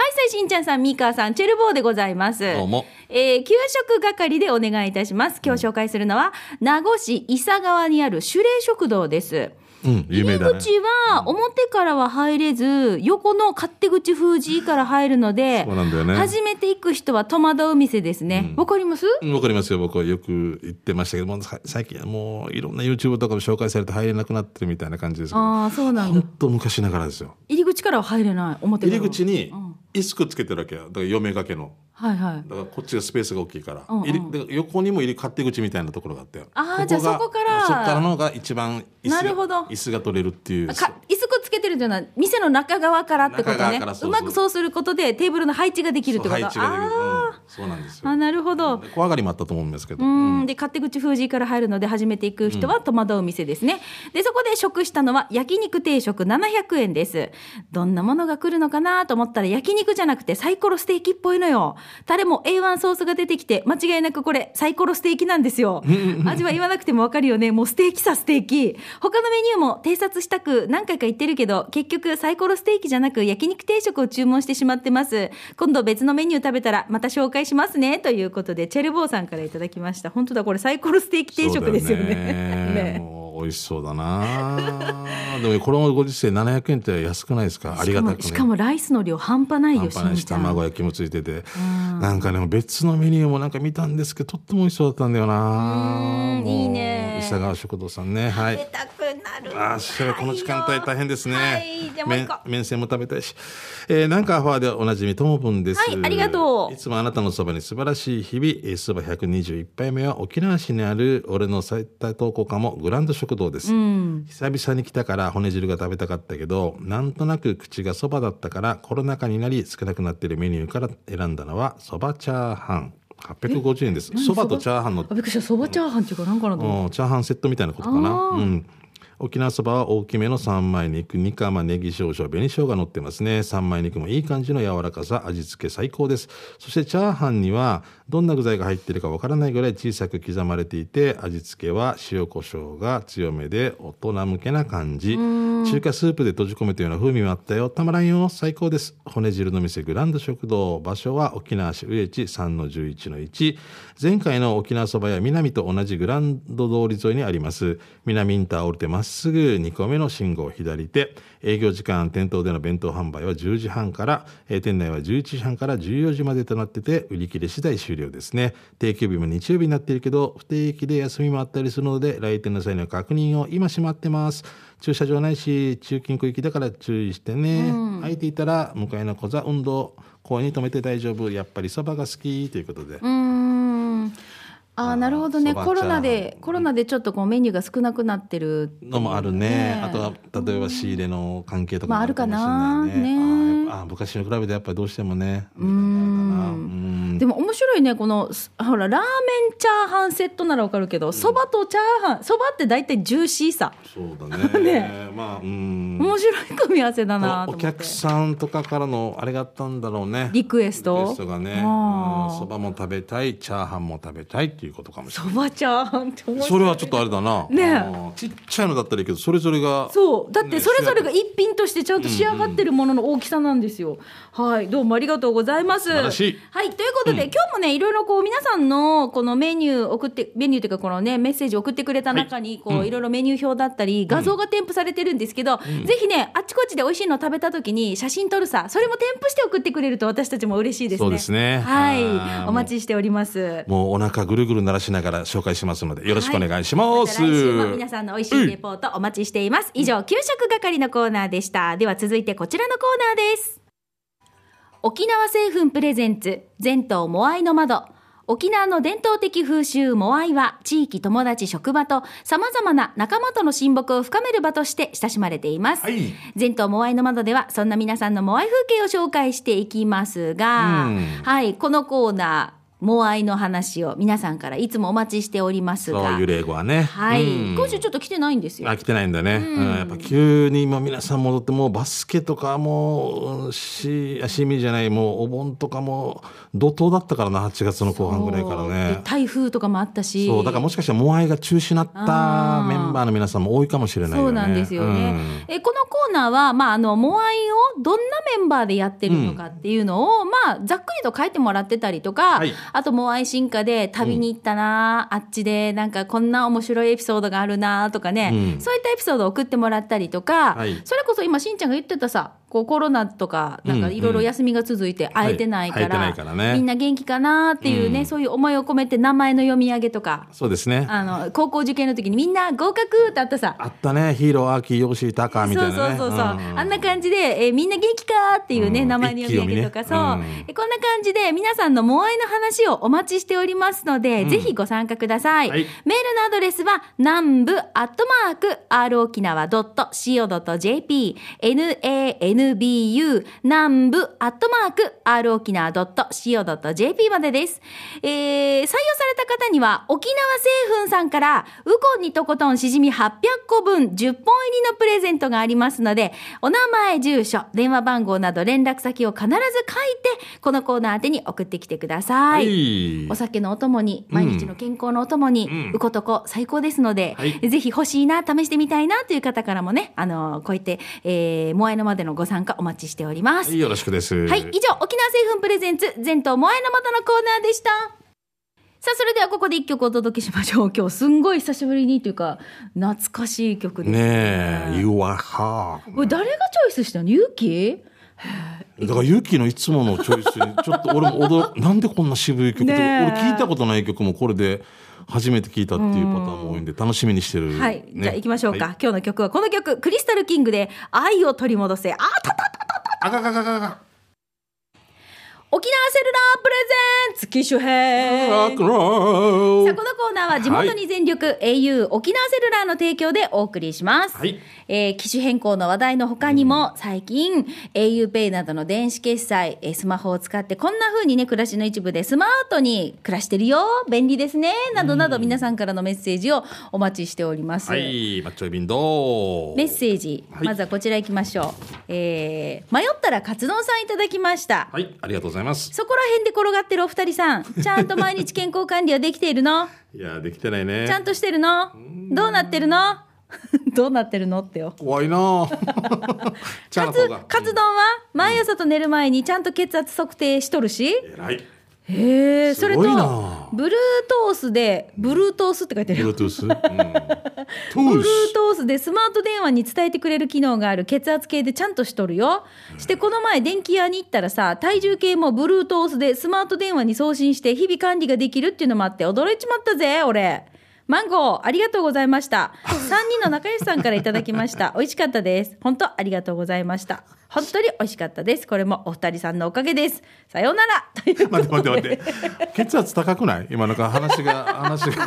Speaker 1: い、さいしんちゃんさん、みーかーさん、チェルボーでございます。
Speaker 2: どうも
Speaker 1: えー給食係でお願いいたします。今日紹介するのは、名護市伊佐川にある守礼食堂です。
Speaker 2: うん有名だね
Speaker 1: 入り口は表からは入れず、横の勝手口封じから入るので、
Speaker 2: そうなんだよね
Speaker 1: 初めて行く人は戸惑う店ですね。わ、かります
Speaker 2: うんわかりますよ僕はよく言ってましたけどもさ最近はもういろんな YouTube とかも紹介されて入れなくなってるみたいな感じですけどほ
Speaker 1: ああ、そうなんだ
Speaker 2: ん。と昔ながらですよ
Speaker 1: 入り口からは入れない。表
Speaker 2: 入
Speaker 1: からは。
Speaker 2: り口にイスクつけてるわけよだから嫁がけの
Speaker 1: はいはい。
Speaker 2: だからこっちがスペースが大きいから、
Speaker 1: うんうん
Speaker 2: 入りだから横にも入り勝手口みたいなところがあったよ
Speaker 1: あー
Speaker 2: が
Speaker 1: じゃあそこから
Speaker 2: そこからの方が一番椅子が
Speaker 1: なるほど
Speaker 2: 椅子が取れるっていう
Speaker 1: か椅子くっつけてるんじゃない店の中側からってこと
Speaker 2: 中
Speaker 1: ね
Speaker 2: 側からそううそう
Speaker 1: まくそうすることでテーブルの配置ができるって
Speaker 2: そう
Speaker 1: こと
Speaker 2: 配置ができる
Speaker 1: あー
Speaker 2: うんそうなんですよ
Speaker 1: あなるほど
Speaker 2: 小上がりもあったと思うんですけど
Speaker 1: うんで勝手口封じから入るので初めて行く人は戸惑う店ですね、でそこで食したのは焼肉定食700円ですどんなものが来るのかなと思ったら焼肉じゃなくてサイコロステーキっぽいのよタレも A1 ソースが出てきて間違いなくこれサイコロステーキなんですよ味は言わなくてもわかるよねもうステーキさステーキ他のメニューも偵察したく何回か言ってるけど結局サイコロステーキじゃなく焼肉定食を注文してしまってます今度別のメニュー食べたらまた紹介しますねということでチェルボーさんからいただきました本当だこれサイコロステーキ定食ですよね
Speaker 2: そうだよね
Speaker 1: ね
Speaker 2: もう美味しそうだなでもこれもご時世700円って安くないですかありがたくね
Speaker 1: しかもしかもライスの量半端ないよ
Speaker 2: 半端ない
Speaker 1: しん
Speaker 2: し
Speaker 1: ちゃん
Speaker 2: 卵焼きもついててなんかね別のメニューもなんか見たんですけどとっても美味しそうだったんだよな
Speaker 1: うん
Speaker 2: もう
Speaker 1: いいね
Speaker 2: 伊佐川食堂さんねはい
Speaker 1: 食べたくなる
Speaker 2: あーしこの時間帯大変ですね。
Speaker 1: はいじゃあもう一
Speaker 2: 麺
Speaker 1: 個
Speaker 2: 麺線も食べたいし。えー、なんかアファーでおなじみともぶんです。
Speaker 1: はいありがとう
Speaker 2: いつもあなたのそばに素晴らしい日々、えー、そば121杯目は沖縄市にある俺の最多投稿家もグランド食堂です。久々に来たから骨汁が食べたかったけど、なんとなく口がそばだったからコロナ禍になり少なくなっているメニューから選んだのはそばチャーハン850円です。そばとチャーハンの
Speaker 1: あびっくりしたそばチャーハンっていうかなんかなと思っ
Speaker 2: うんチャーハンセットみたいなことかな。うん沖縄そばは大きめの三枚肉、煮釜、ネギ少々、紅生姜乗ってますね。三枚肉もいい感じの柔らかさ、味付け最高です。そしてチャーハンにはどんな具材が入っているかわからないぐらい小さく刻まれていて、味付けは塩コショウが強めで大人向けな感じ。中華スープで閉じ込めたような風味もあったよ。たまらんよ。最高です。骨汁の店グランド食堂。場所は沖縄市上地3の11の1。前回の沖縄そばや南と同じグランド通り沿いにあります。南インターを降りてまっっすぐ2個目の信号を左手営業時間店頭での弁当販売は10時半から、えー店内は11時半から14時までとなってて売り切れ次第終了ですね定休日も日曜日になっているけど不定期で休みもあったりするので来店の際の確認を今しまってます駐車場ないし中近区行きだから注意してね、空いていたら向かいの小座運動公園に止めて大丈夫やっぱりそばが好きということで、
Speaker 1: うーんあ
Speaker 2: あ
Speaker 1: ー
Speaker 2: ー
Speaker 1: なるほどね
Speaker 2: そば
Speaker 1: コロ
Speaker 2: チャーハ
Speaker 1: ナ
Speaker 2: ン
Speaker 1: でコロナでちょっとこうメニューが少なくなってるっていう
Speaker 2: のもあるねあとは例えば仕入れの関係とかも
Speaker 1: まあ
Speaker 2: あるかもしれないね,あ
Speaker 1: あるかな
Speaker 2: ー、
Speaker 1: ね
Speaker 2: ああ昔に比べてやっぱりどうしてもね
Speaker 1: うーん
Speaker 2: うん
Speaker 1: でも面白いねこのすほらラーメンチャーハンセットならわかるけどそば、蕎麦とチャーハンそばって大体ジューシーさ
Speaker 2: そうだ
Speaker 1: <laughs>
Speaker 2: ねまあうん
Speaker 1: 面白い組み合わせだなと思
Speaker 2: お
Speaker 1: って
Speaker 2: 客さんとかからのあれがあったんだろうね
Speaker 1: リクエスト
Speaker 2: リクエストがねうん
Speaker 1: あー
Speaker 2: そばも食べたいチャーハンも食べたいっていうことかもしれ
Speaker 1: そばチャーハンって面
Speaker 2: ない
Speaker 1: 白
Speaker 2: そ
Speaker 1: い
Speaker 2: れはちょっとあれだな
Speaker 1: ねえ
Speaker 2: あーちっちゃいのだったらいいけどそれぞれが
Speaker 1: そうだって
Speaker 2: ね
Speaker 1: それぞれが一品としてちゃんと仕上がってるものの大きさなんですよ。はいどうもありがとうございます。
Speaker 2: 晴らしい
Speaker 1: はいということで、今日もねいろいろこう皆さんのこのメニュー送ってメニューというかこのねメッセージ送ってくれた中にこう、いろいろメニュー表だったり画像が添付されてるんですけど、ぜひねあっちこっちで美味しいの食べた時に写真撮るさそれも添付して送ってくれると私たちも嬉しいですね。
Speaker 2: そうですね
Speaker 1: はい
Speaker 2: あー
Speaker 1: お待ちしております。
Speaker 2: もうお腹ぐるぐる鳴らしながら紹介しますのでよろしくお願いします、
Speaker 1: はいた来週も皆さんの美味しいレポートお待ちしています。以上、給食係のコーナーでした。では続いてこちらのコーナーです。沖縄製粉プレゼンツ、全島モアイの窓。沖縄の伝統的風習モアイは地域友達職場と様々な仲間との親睦を深める場として親しまれています。
Speaker 2: はい
Speaker 1: 前頭モアイの窓ではそんな皆さんのモアイ風景を紹介していきますが、
Speaker 2: うん
Speaker 1: はいこのコーナーモアイの話を皆さんからいつもお待ちしております
Speaker 2: そう
Speaker 1: が
Speaker 2: いう例語はね
Speaker 1: はい、
Speaker 2: うん
Speaker 1: 今週ちょっと来てないんですよ
Speaker 2: 飽きてないんだね、うんやっぱ急に今皆さん戻ってもうバスケとかもううんしあ市民じゃないもうお盆とかも怒涛だったからな8月の後半ぐらいから
Speaker 1: で
Speaker 2: ね
Speaker 1: 台風とかもあったし
Speaker 2: そうだからもしかしたらモアイが中止になったメン
Speaker 1: あー
Speaker 2: バーの皆さんも多いかもしれないよね
Speaker 1: そうなんですよね、えこのコーナーは、まあ、あのモアイをどんなメンバーでやってるのかっていうのを、まあ、ざっくりと書いてもらってたりとか、
Speaker 2: はい
Speaker 1: あとモアイ進化で旅に行ったな、あっちでなんかこんな面白いエピソードがあるなとかね、
Speaker 2: うん
Speaker 1: そういったエピソードを送ってもらったりとか、
Speaker 2: はい
Speaker 1: それこそ今しんちゃんが言ってたさこうコロナとかなんかいろいろ休みが続いて会えてないから,、
Speaker 2: はい会えてないからね
Speaker 1: みんな元気かなっていうね、そういう思いを込めて名前の読み上げとか
Speaker 2: うん。そうですね
Speaker 1: あの高校受験の時にみんな合格ってあったさ
Speaker 2: あったねヒーローアーキーヨーシータカーみたいなね
Speaker 1: そうそうそうそう、
Speaker 2: ん
Speaker 1: あんな感じで、えーみんな元気かっていうね、
Speaker 2: うん
Speaker 1: 名前の読み上げとか、
Speaker 2: 一気
Speaker 1: そう、
Speaker 2: 読みねうん
Speaker 1: えこんな感じで皆さんのモアイの話をお待ちしておりますので、ぜひご参加ください、
Speaker 2: はい
Speaker 1: メールのアドレスは南部アットマーク r 沖縄 .co.jp nanbu 南部アットマーク r 沖縄 .co.jp までです、えー採用された方には沖縄製粉さんからウコンにとことんしじみ800個分10本入りのプレゼントがありますのでお名前住所電話番号など連絡先を必ず書いてこのコーナー宛てに送ってきてくださ
Speaker 2: はいい
Speaker 1: お酒のお供に、毎日の健康のお供に、うことこ最高ですので、
Speaker 2: はい
Speaker 1: ぜひ欲しいな、試してみたいなという方からもね、あのこうやって、えー、モアイのまでのご参加お待ちしております。は
Speaker 2: は
Speaker 1: い
Speaker 2: い、よろしくです、
Speaker 1: 以上、沖縄製粉プレゼンツ、全島モアイのまたのコーナーでした。さあ、それではここで一曲お届けしましょう。今日、すんごい久しぶりにというか、懐かしい曲です。
Speaker 2: ねえ You are hard
Speaker 1: これ誰がチョイスしたの勇気
Speaker 2: だからユキのいつものチョイスにちょっと俺も
Speaker 1: <laughs>
Speaker 2: 驚なんでこんな渋い曲って
Speaker 1: ねえ
Speaker 2: 俺聞いたことない曲もこれで初めて聞いたっていうパターンも多いんで楽しみにしてる、
Speaker 1: はい、
Speaker 2: ね
Speaker 1: じゃあ行きましょうか、
Speaker 2: はい
Speaker 1: 今日の曲はこの曲、クリスタルキングで、愛を取り戻せ。あー
Speaker 2: あががががが
Speaker 1: 沖縄セルラープレゼンツ機種編
Speaker 2: あ
Speaker 1: さ
Speaker 2: くろ
Speaker 1: あこのコーナーは地元に全力、au 沖縄セルラーの提供でお送りします、
Speaker 2: はい
Speaker 1: えー機種変更の話題の他にも、最近 auPay などの電子決済、えースマホを使ってこんな風にね暮らしの一部でスマートに暮らしてるよ便利ですねなどなど皆さんからのメッセージをお待ちしております、
Speaker 2: はいマッチョイビンド
Speaker 1: メッセージ、
Speaker 2: はい
Speaker 1: まずはこちら行きましょう、えー迷ったらカツ丼さんいただきました
Speaker 2: はいありがとうございます
Speaker 1: そこら辺で転がってるお二人さん、ちゃんと毎日健康管理はできているの
Speaker 2: いやできてない
Speaker 1: ちゃ
Speaker 2: ね
Speaker 1: んとしてるのどうなってるの <laughs> どうなってるのってよ。
Speaker 2: 怖
Speaker 1: <laughs>
Speaker 2: いなチ
Speaker 1: カ
Speaker 2: ャーの
Speaker 1: ツ
Speaker 2: 方が、
Speaker 1: カツ丼は毎朝と寝る前にちゃんと血圧測定しとるし、
Speaker 2: えらい
Speaker 1: へえそれと
Speaker 2: すごいな
Speaker 1: Bluetooth で Bluetooth って書いてあるよ
Speaker 2: Bluetooth、うん、ト
Speaker 1: <laughs>
Speaker 2: ゥース
Speaker 1: Bluetooth でスマート電話に伝えてくれる機能がある血圧計でちゃんとしとるよしてこの前電気屋に行ったらさ体重計も Bluetooth でスマート電話に送信して日々管理ができるっていうのもあって驚いちまったぜ俺マンゴーありがとうございました3人の仲良しさんからいただきました美味しかったです本当ありがとうございました本当に美味しかったですこれもお二人さんのおかげですさようならというこ
Speaker 2: 待って
Speaker 1: と
Speaker 2: 待
Speaker 1: で
Speaker 2: って待って血圧高くない今なんか話が話が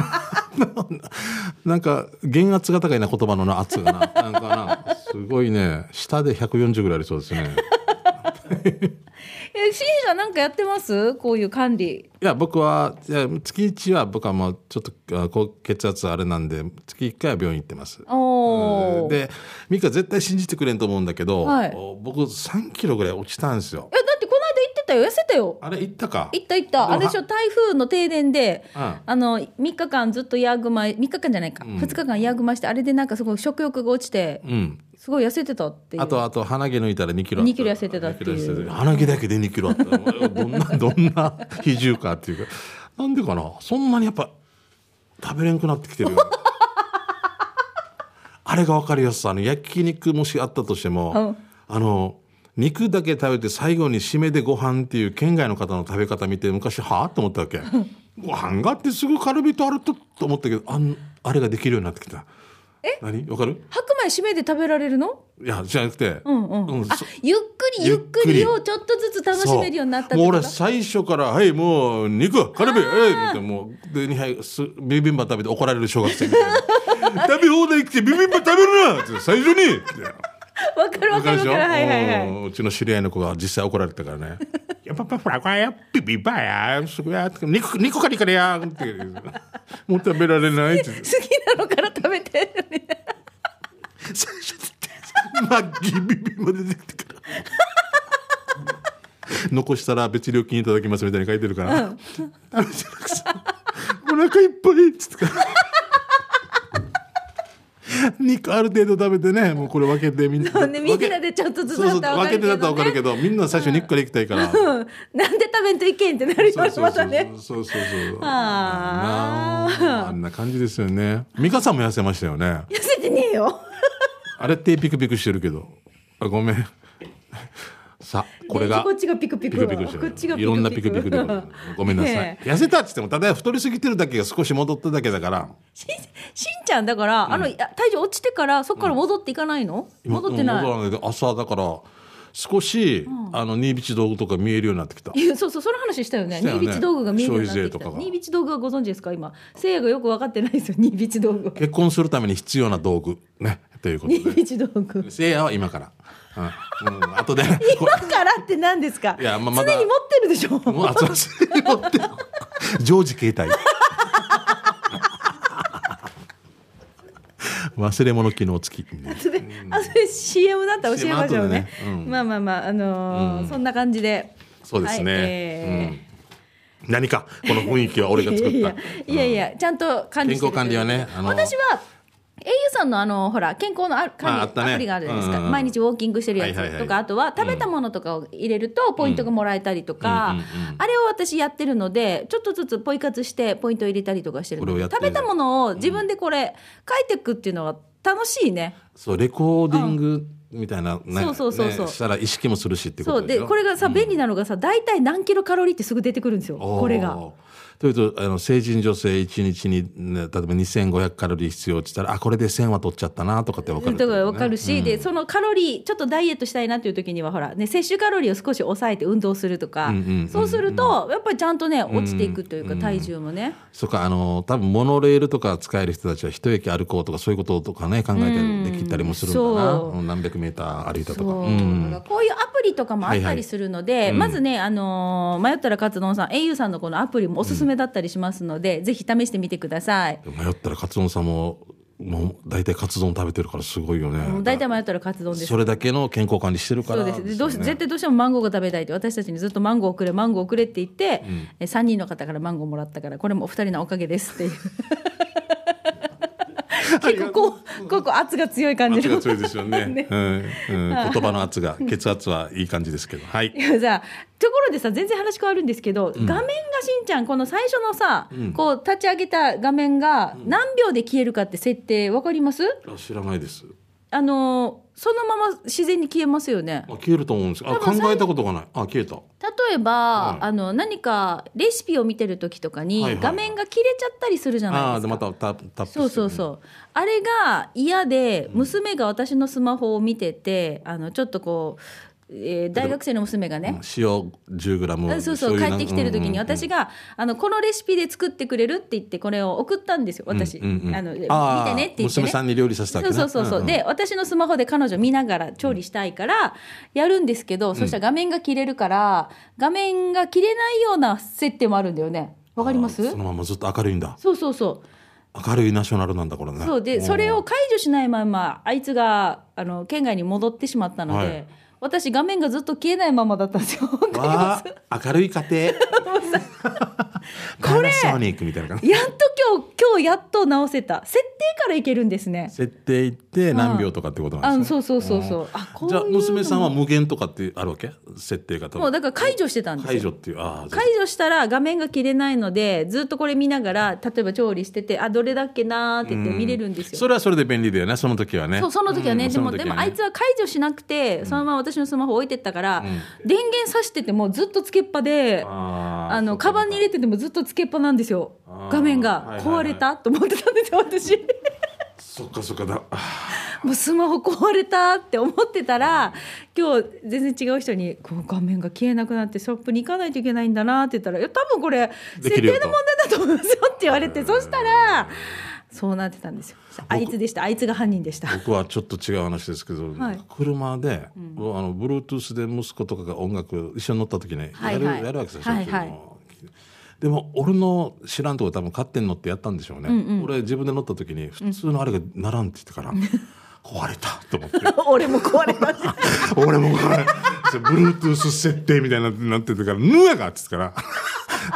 Speaker 2: <laughs> なんか減圧が高いな言葉のな圧がななんかなすごいね下で140ぐらいありそうですね
Speaker 1: <laughs> え、シンさんなんかやってますこういう管理。
Speaker 2: いや僕はいや月1は僕はもうちょっとあこう血圧あれなんで月1回は病院行ってます
Speaker 1: おお。え、だ
Speaker 2: でミカ絶対信じてくれんと思うんだけど、
Speaker 1: はい
Speaker 2: お僕3キロぐらい落ちたんですよ
Speaker 1: ってこの間言ってたよ。痩せたよ。
Speaker 2: あれ行ったか
Speaker 1: 行った行った。
Speaker 2: でも
Speaker 1: あれでしょ、台風の停電で、
Speaker 2: うん
Speaker 1: あの、3日間ずっとヤグマ、3日間じゃないか。2日間ヤグマして、あれでなんかすごい食欲が落ちて、
Speaker 2: うん
Speaker 1: すごい痩せてたっていう。
Speaker 2: あとあと鼻毛抜いたら2キロ
Speaker 1: 2キロ痩せてたっていう
Speaker 2: 2キロ痩せて鼻毛だけで2キロあった <laughs> らどんなどんな比重かっていうかなんでかなそんなにやっぱ食べれんくなってきてるよ <laughs> あれが分かるやつさあの焼肉もしあったとしても、あの肉だけ食べて最後に締めでご飯っていう県外の方の食べ方見て昔はあと思ったわけご飯があってすぐカルビとあるとと思ったけどあんあれができるようになってきたえ何わかる
Speaker 1: 白米締めで食べられるの
Speaker 2: いやじゃなくて、
Speaker 1: うんうん。
Speaker 2: うん
Speaker 1: あ
Speaker 2: そ、
Speaker 1: ゆっくりゆっく
Speaker 2: ゆっく
Speaker 1: り
Speaker 2: り
Speaker 1: をちょっとずつ楽しめるようになったって
Speaker 2: そうも
Speaker 1: こ
Speaker 2: う
Speaker 1: と
Speaker 2: 俺最初から「はいもう肉カルビええ」みたいなもうで2杯すビビンバ食べて怒られる小学生みた <laughs> いな食べ放題来てビビンバ食べるなって最初にって
Speaker 1: わかるわかるわかる。はいはいはい。
Speaker 2: うんうちの知り合いの子が実際怒られたからね「 <laughs> やっぱパフラガやビビンバやすごいや肉肉カリカリや」ってもう食べられないって
Speaker 1: 好きなのから食べてるね。
Speaker 2: <laughs> 最初だってマッキービビンバ出てきて <laughs> から残したら別料金いただきますみたいに書いてるから、お腹いっぱいっつってから肉ある程度食べてねもうこれ分けてみんな
Speaker 1: そうねみんな
Speaker 2: 分け
Speaker 1: でちょっとずつ
Speaker 2: そう
Speaker 1: だ
Speaker 2: そう
Speaker 1: ったらわ
Speaker 2: 分
Speaker 1: かる
Speaker 2: け
Speaker 1: け
Speaker 2: て
Speaker 1: どね
Speaker 2: だったら分かるけどみんな最初肉からいきたいから、
Speaker 1: うんなんで食べんといけんってなるよ
Speaker 2: そうそう
Speaker 1: <laughs> ま
Speaker 2: そ
Speaker 1: た
Speaker 2: う
Speaker 1: ね
Speaker 2: そうそうそう
Speaker 1: あー
Speaker 2: なああんな感じですよね美香さんも痩せましたよね
Speaker 1: 痩せてねえよ
Speaker 2: あれってピクピクしてるけど。あごめん。さ、これが。
Speaker 1: こっちがピクピク
Speaker 2: して
Speaker 1: こっちがピクピク
Speaker 2: る。いろんなピクピクで。ごめんなさい
Speaker 1: ね。
Speaker 2: 痩せたっつっても、ただ太りすぎてるだけが少し戻っただけだから。
Speaker 1: しんしんちゃんだから、あのいや体重落ちてからそこから戻っていかないの、
Speaker 2: 今
Speaker 1: 戻ってない,、
Speaker 2: 戻らないけど朝だから、少し、あの、新道道具とか見えるようになってきた。
Speaker 1: いやそうそうその話したよね
Speaker 2: したよね
Speaker 1: ニービチ道具が見えるようになってき
Speaker 2: 消
Speaker 1: た
Speaker 2: 費税とかが
Speaker 1: ニービチ道具はご存知ですか今せいやがよく分かってないですよニービチ道具は
Speaker 2: 結婚するために必要な道具。ね。ということ
Speaker 1: ニー
Speaker 2: で。
Speaker 1: ビチ道具
Speaker 2: せいやは今から。うん。うん、後で。こ
Speaker 1: 今からって何ですか
Speaker 2: いやまあまだ
Speaker 1: 常に持ってるでしょ
Speaker 2: もう熱
Speaker 1: <laughs>
Speaker 2: 々に持って常時携帯忘れ物機能付き
Speaker 1: それあそれ CM だったら教えましょうね
Speaker 2: CM 後でねうん
Speaker 1: まあまあまああのーそんな感じで
Speaker 2: そうですね、
Speaker 1: はいえー
Speaker 2: うん、何かこの雰囲気は俺が作
Speaker 1: <laughs>
Speaker 2: った
Speaker 1: いやいやいやいやちゃんと管理してる
Speaker 2: 健康管理はねあの
Speaker 1: 私は au さんのあのほら健康のある管理
Speaker 2: ああったね
Speaker 1: アプリがあるじゃないですか、
Speaker 2: うんうんうん
Speaker 1: 毎日ウォーキングしてるやつとか、
Speaker 2: はいはいはい
Speaker 1: あとは食べたものとかを入れるとポイントがもらえたりとか、あれを私やってるのでちょっとずつポイ活してポイントを入れたりとかしてるので
Speaker 2: これをやって
Speaker 1: 食
Speaker 2: る
Speaker 1: べたものを自分でこれ書いていくっていうのは楽しいね、
Speaker 2: そうレコーディングみたいな、ね
Speaker 1: そうそうそうそう
Speaker 2: ねしたら意識もするしってこ
Speaker 1: そ
Speaker 2: と
Speaker 1: う
Speaker 2: でし
Speaker 1: で
Speaker 2: ょ
Speaker 1: これがさ便利なのがさ大体何キロカロリーってすぐ出てくるんですよ
Speaker 2: おー
Speaker 1: これが。
Speaker 2: というとあの成人女性1日に、ね、例えば2500カロリー必要って言ったらあこれで1000は取っちゃったなとかって分かるっ
Speaker 1: だ
Speaker 2: てこ
Speaker 1: か
Speaker 2: と
Speaker 1: ら
Speaker 2: ね
Speaker 1: わかるし、でそのカロリーちょっとダイエットしたいなっていう時にはほらね摂取カロリーを少し抑えて運動するとか、
Speaker 2: うんうんうんうん
Speaker 1: そうするとやっぱりちゃんとね落ちていくというか、体重もね、
Speaker 2: そうかあの多分モノレールとか使える人たちは一駅歩こうとかそういうこととかね考えたりできたりもするんだな
Speaker 1: そう
Speaker 2: うん何百メーター歩いたと
Speaker 1: そ
Speaker 2: か
Speaker 1: う、
Speaker 2: うん
Speaker 1: だからこういうアプリとかもあったりするので、まずね、あのー迷ったら勝野さん au さんのこのアプリもおすすめだったりしますので、ぜひ試してみてください。
Speaker 2: 迷ったらカツ丼さんももう大体カツ丼食べてるからすごいよね
Speaker 1: もう大体迷ったらカツ丼です
Speaker 2: それだけの健康管理してるか
Speaker 1: そ
Speaker 2: ら
Speaker 1: うですでどうし
Speaker 2: よね
Speaker 1: 絶対どうしてもマンゴーが食べたいって私たちにずっとマンゴーをくれマンゴーをくれって言って、え3人の方からマンゴーもらったからこれもお二人のおかげですっていう結構こう、ここ圧が強い感じ
Speaker 2: 圧
Speaker 1: の。
Speaker 2: が強いですよね。
Speaker 1: ね
Speaker 2: <laughs> うん
Speaker 1: <laughs>
Speaker 2: うん、言葉の圧が、血圧はいい感じですけど。はい
Speaker 1: い。やさところでさ全然話変わるんですけど、画面がしんちゃんこの最初のさ、
Speaker 2: ん
Speaker 1: こう立ち上げた画面が何秒で消えるかって設定わかります
Speaker 2: あ知らないです。
Speaker 1: あのーそのまま自然に消えますよね
Speaker 2: あ、消えると思うんです。あ、
Speaker 1: 多分
Speaker 2: 考
Speaker 1: 最
Speaker 2: えたことがない。あ、消えた。
Speaker 1: 例えば、
Speaker 2: うん
Speaker 1: あの何かレシピを見てる時とかに、
Speaker 2: はいはい
Speaker 1: 画面が切れちゃったりするじゃ
Speaker 2: あ
Speaker 1: な
Speaker 2: あ
Speaker 1: い
Speaker 2: ー、
Speaker 1: で
Speaker 2: ですま
Speaker 1: か
Speaker 2: たタップタップして
Speaker 1: そうそうそう、あれが嫌で娘が私のスマホを見ててあのちょっとこう、えー大学生の娘がね、
Speaker 2: うん塩10グラム。
Speaker 1: あそうそう
Speaker 2: 醤
Speaker 1: 帰
Speaker 2: 油
Speaker 1: ってきてる時に私
Speaker 2: が
Speaker 1: が、あのこのレシピで作ってくれるって言ってこれを送ったんですよ私、あの見てねって言って、ね、
Speaker 2: 娘さんに料理させたわけ
Speaker 1: そうそうそうそう、で私のスマホで彼女見ながら調理したいからやるんですけど、そしたら画面が切れるから画面が切れないような設定もあるんだよねわかります
Speaker 2: あーそのままずっと明るいんだ。
Speaker 1: そうそうそう
Speaker 2: 明るいナショナルなんだこれね。
Speaker 1: そうで
Speaker 2: ん
Speaker 1: それを解除しないままあいつがあの県外に戻ってしまったので、
Speaker 2: はい
Speaker 1: 私画面がずっと消えないままだったんですよわかりま
Speaker 2: わ
Speaker 1: す
Speaker 2: あ明るい家庭。これ。ソニックみたいな感じ。
Speaker 1: やっと今日今日やっと直せた設定からいけるんですね
Speaker 2: 設定行って何秒とかってことな
Speaker 1: あ
Speaker 2: ん
Speaker 1: の
Speaker 2: です
Speaker 1: そ
Speaker 2: ね。
Speaker 1: うそうそうそうあこうい
Speaker 2: じゃあ
Speaker 1: うの
Speaker 2: 娘さんは無限とかってあるわけ？設定が多
Speaker 1: もうだ
Speaker 2: 分。
Speaker 1: から解除してたんです
Speaker 2: 解
Speaker 1: よ
Speaker 2: 除っていうああ。
Speaker 1: 解除したら画面が切れないのでずっとこれ見ながら例えば調理しててあどれだっけなーって言って見れるんですよ、
Speaker 2: それはそれで便利だよねその時はね
Speaker 1: そうその時はね、
Speaker 2: うん
Speaker 1: でも、
Speaker 2: その
Speaker 1: で
Speaker 2: 時
Speaker 1: も
Speaker 2: は
Speaker 1: あ
Speaker 2: ね
Speaker 1: いつは解除しなくて、そのまま私のスマホ置いてったから、電源さしててもずっとつけっぱであ
Speaker 2: あー
Speaker 1: の
Speaker 2: そ
Speaker 1: カ
Speaker 2: うか
Speaker 1: バンに入れててもずっとつけっぱなんですよ
Speaker 2: あー
Speaker 1: 画面
Speaker 2: は
Speaker 1: が
Speaker 2: いはいは
Speaker 1: 壊
Speaker 2: い
Speaker 1: れた、と思ってたんですよ私。
Speaker 2: そっかそっかだあ
Speaker 1: もうスマホ壊れたって思ってたら今日全然違う人にこの画面が消えなくなってショップに行かないといけないんだなって言ったら「いや多分これ
Speaker 2: で
Speaker 1: 設
Speaker 2: き
Speaker 1: 定
Speaker 2: る
Speaker 1: の問
Speaker 2: よ
Speaker 1: 題
Speaker 2: と
Speaker 1: だと思いますよ」って言われてそしたらそうなってたんですよあいつでしたあいつが犯人でした <laughs>
Speaker 2: ー僕はちょっと違う話ですけど、
Speaker 1: はい
Speaker 2: 車で、あの Bluetooth で息子とかが音楽一緒に乗った時ね、
Speaker 1: はい
Speaker 2: やる
Speaker 1: はい
Speaker 2: やるわけですよ、
Speaker 1: はい
Speaker 2: しょっちゅう
Speaker 1: はい
Speaker 2: でも俺の知らんとこ多分勝手に乗ってやったんでしょうね、俺自分で乗った時に普通のあれがならんって言って
Speaker 1: <laughs>
Speaker 2: から、壊れたと思って
Speaker 1: 俺も壊れたって
Speaker 2: <laughs> 俺もこれ Bluetooth 設定みたいになっててから「ぬやが!」っつってから <laughs>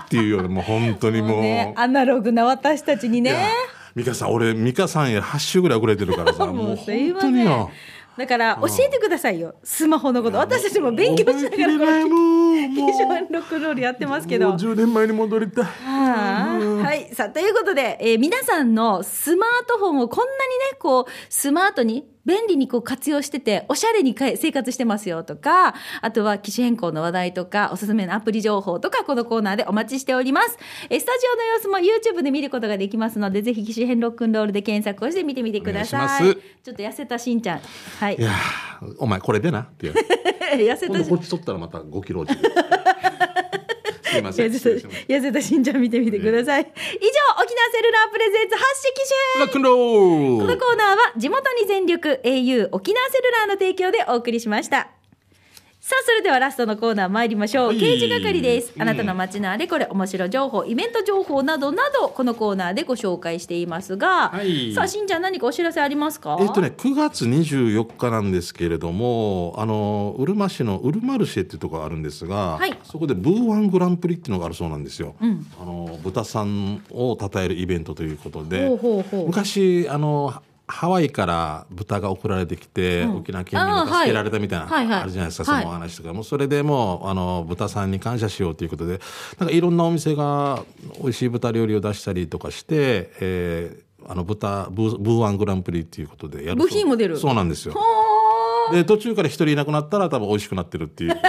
Speaker 2: っていうようなもう本当にもう。
Speaker 1: ねアナログな私たちに
Speaker 2: いや
Speaker 1: ね
Speaker 2: 美香さん俺美香さんや8週ぐらい遅れてるか
Speaker 1: <laughs>
Speaker 2: らさもう
Speaker 1: すい
Speaker 2: 本
Speaker 1: ませ
Speaker 2: 当
Speaker 1: ん
Speaker 2: によ
Speaker 1: だから教えてくださいよスマホのこと私たちも勉強しながらこ
Speaker 2: 覚え
Speaker 1: れ
Speaker 2: きれないもんもう
Speaker 1: 非常にロックンロールやってますけど
Speaker 2: もう10年前に戻りたい
Speaker 1: あーはい。さあ、ということで、えー皆さんのスマートフォンをこんなにね、こう、スマートに、便利にこう活用してて、おしゃれにかえ生活してますよとか、あとは機種変更の話題とか、おすすめのアプリ情報とか、このコーナーでお待ちしております。えースタジオの様子も YouTube で見ることができますので、ぜひ機種変ロックンロールで検索をして見てみてくだ
Speaker 2: お願
Speaker 1: さ
Speaker 2: い
Speaker 1: い。
Speaker 2: します
Speaker 1: ちょっと痩せたしんちゃん。はい。
Speaker 2: いやーお前これでなっ
Speaker 1: <laughs>
Speaker 2: ていう
Speaker 1: 痩せ
Speaker 2: 今
Speaker 1: た
Speaker 2: 度
Speaker 1: しん
Speaker 2: こっち取ったらまた5キ
Speaker 1: <laughs>
Speaker 2: ロ落ちるすいません
Speaker 1: 痩
Speaker 2: 失
Speaker 1: せ
Speaker 2: 礼したまし
Speaker 1: 痩せたしんちゃん見てみてください。以上、沖縄セルラープレゼンツ発信機種変
Speaker 2: たロックンロ
Speaker 1: この
Speaker 2: ール
Speaker 1: コーナーは地元に全力 au 沖縄セルラーの提供でお送りしました。さあ、それではラストのコーナー参りましょう。
Speaker 2: はい
Speaker 1: 刑事係です。
Speaker 2: うん
Speaker 1: あなたの街のあれこれ、面白情報、イベント情報などなど、このコーナーでご紹介していますが、
Speaker 2: はい
Speaker 1: さあ、しんちゃん何かお知らせありますか
Speaker 2: えっとね、9月24日なんですけれどもあのうるま市のうるまルシェっていうところがあるんですが、
Speaker 1: はい
Speaker 2: そこでブーワングランプリっていうのがあるそうなんですよ、
Speaker 1: ん
Speaker 2: あの豚さんを称えるイベントということで
Speaker 1: ほうほうほう
Speaker 2: 昔あのハワイから豚が送られてきて、沖縄県民
Speaker 1: あー
Speaker 2: が
Speaker 1: はい
Speaker 2: 助けられたみたいな、
Speaker 1: はいはい
Speaker 2: あるじゃないですか、
Speaker 1: はい
Speaker 2: そのお話とか、もうそれでもうあの豚さんに感謝しようということでなんかいろんなお店が美味しい豚料理を出したりとかして、えーあの豚ブーブーワングランプリっていうことでやるそ
Speaker 1: 部
Speaker 2: う
Speaker 1: 品も出る
Speaker 2: そうなんですよ
Speaker 1: ほー
Speaker 2: で途中から一人いなくなったら多分美味しくなってるっていう <laughs>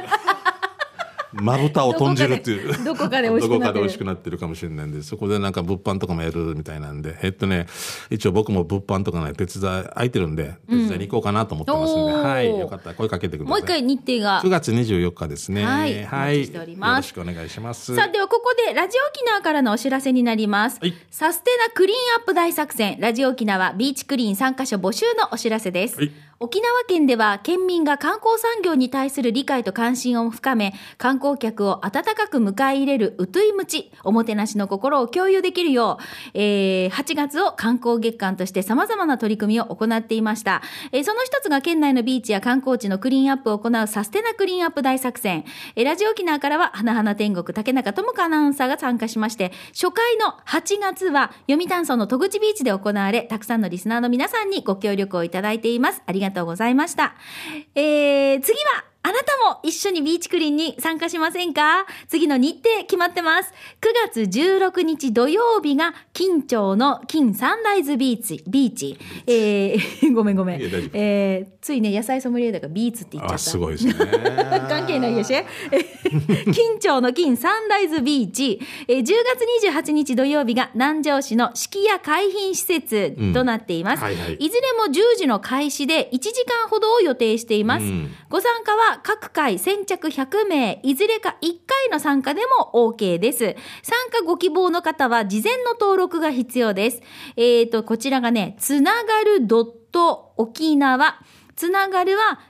Speaker 2: まぶたを豚汁っていう
Speaker 1: どこかでどこかで美味しくなってる
Speaker 2: どこかで美味しくなってるかもしれないんでそこでなんか物販とかもやるみたいなんでえっとね一応僕も物販とかね手伝い空いてるんで手伝いに行こうかなと思ってますんで、
Speaker 1: うん
Speaker 2: はい
Speaker 1: おー
Speaker 2: よかったら声かけてください
Speaker 1: もう一回日程が
Speaker 2: 9。月24日ですね
Speaker 1: はいお待ちしております
Speaker 2: よろしくお願いします
Speaker 1: さあではここでラジオ沖縄からのお知らせになります、
Speaker 2: はい
Speaker 1: サステナクリーンアップ大作戦ラジオ沖縄ビーチクリーン参加者募集のお知らせです、
Speaker 2: はい
Speaker 1: 沖縄県では県民が観光産業に対する理解と関心を深め、観光客を温かく迎え入れるうといむち、おもてなしの心を共有できるよう、えー8月を観光月間として様々な取り組みを行っていました。えーその一つが県内のビーチや観光地のクリーンアップを行うサステナクリーンアップ大作戦。えーラジオ沖縄からは、花々天国竹中智香アナウンサーが参加しまして、初回の8月は、読谷村の戸口ビーチで行われ、たくさんのリスナーの皆さんにご協力をいただいています。ありがとうございました。えー、次は、あなたも一緒にビーチクリーンに参加しませんか次の日程決まってます。9月16日土曜日が、金町の金サンライズビーチ、ビーチ。えー、 <laughs> ごめんごめん。
Speaker 2: いや大丈夫
Speaker 1: えー、ついね、野菜ソムリエだからビーツって言っちゃっ
Speaker 2: あ
Speaker 1: た。
Speaker 2: すごいですね
Speaker 1: <laughs> 関係ないでしょ金町の金サンライズビーチ、えー10月28日土曜日が南城市の式や海浜施設となっています、
Speaker 2: うんはいはい
Speaker 1: ずれも10時の開始で1時間ほどを予定しています、
Speaker 2: うん
Speaker 1: ご参加は各回先着100名いずれか1回の参加でも OK です参加ご希望の方は事前の登録が必要ですえっ、とこちらがねつながるドット沖縄つながるは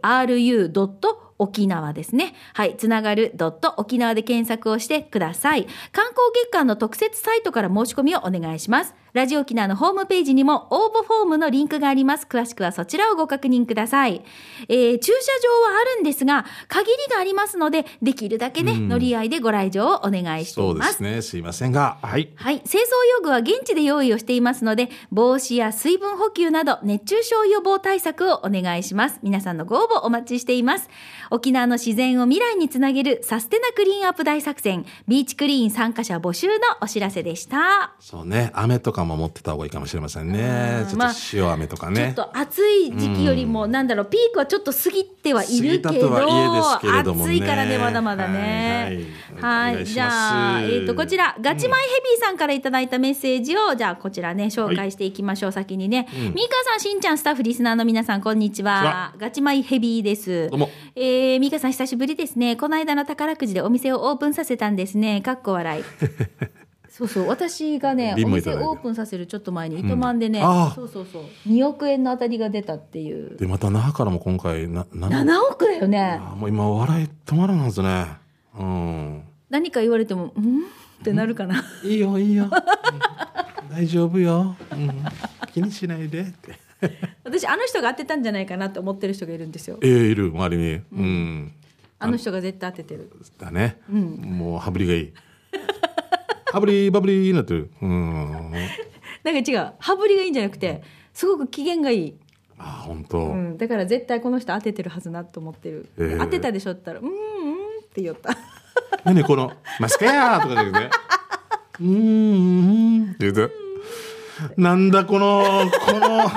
Speaker 1: tsunagaru. 沖縄ですね。はい。つながる.沖縄で検索をしてください。観光月間の特設サイトから申し込みをお願いします。ラジオ沖縄のホームページにも応募フォームのリンクがあります。詳しくはそちらをご確認ください。えー駐車場はあるんですが、限りがありますので、できるだけね、乗り合いでご来場をお願いして
Speaker 2: そ
Speaker 1: いう
Speaker 2: で
Speaker 1: ます
Speaker 2: す。ねすいませんがはい
Speaker 1: はい。清掃用具は現地で用意をしていますので、帽子や水分補給など、熱中症予防対策をお願いします。皆さんのご応募お待ちしています。沖縄の自然を未来につなげるサステナクリーンアップ大作戦、ビーチクリーン参加者募集のお知らせでした。
Speaker 2: そうね雨とかも持ってた方がいいかもしれませんね
Speaker 1: うん
Speaker 2: ちょっ
Speaker 1: まあ
Speaker 2: と塩飴とかね
Speaker 1: ちょっと暑い時期よりも、なんだろう、ピークはちょっと過ぎてはいる
Speaker 2: 過
Speaker 1: け
Speaker 2: ぎ
Speaker 1: ど、
Speaker 2: たとはいえですけれどもね
Speaker 1: 暑いからね、まだまだね。
Speaker 2: はいはいお願いします
Speaker 1: じゃあ、えっ、と、こちら、ガチマイヘビーさんからいただいたメッセージを、じゃあ、こちらね、紹介していきましょう、先にね。ミ、ーカさん、しんちゃん、スタッフ、リスナーの皆さん、こんにち
Speaker 2: こんに
Speaker 1: は。ガチマイヘビーです。
Speaker 2: どうも
Speaker 1: えー、ミカさん、久しぶりですね。この間の宝くじでお店をオープンさせたんですね。かっこ
Speaker 2: <laughs>
Speaker 1: 笑い。そうそう私がね
Speaker 2: 瓶
Speaker 1: お
Speaker 2: もいた
Speaker 1: 店
Speaker 2: だいて
Speaker 1: オープンさせるちょっと前に糸満でね、
Speaker 2: うんああ
Speaker 1: そうそうそう2億円の当たりが出たっていう
Speaker 2: でまた那覇からも今回なな
Speaker 1: 7億だよね
Speaker 2: あもう今笑い止まらないですねうん
Speaker 1: 何か言われても「うん?」ってなるかな <laughs>
Speaker 2: いいよいいよ、うん大丈夫よ、うん気にしないでって
Speaker 1: 私あの人が当てたんじゃないかなって思ってる人がいるんですよ
Speaker 2: ええいる周りにうん、
Speaker 1: あの人が絶対当ててる
Speaker 2: だね、もう羽振りがいい羽振りバブリーになってるうん
Speaker 1: なんか違う羽振りがいいんじゃなくてすごく機嫌がいい、
Speaker 2: あ本当、
Speaker 1: うん、だから絶対この人当ててるはずなと思ってる、
Speaker 2: えー
Speaker 1: 当てたでしょって言ったら「うんうん」って言
Speaker 2: <laughs>
Speaker 1: った
Speaker 2: 何この「マスカヤー!」とか言ってね「うーん」うんって言ってなんだこのこの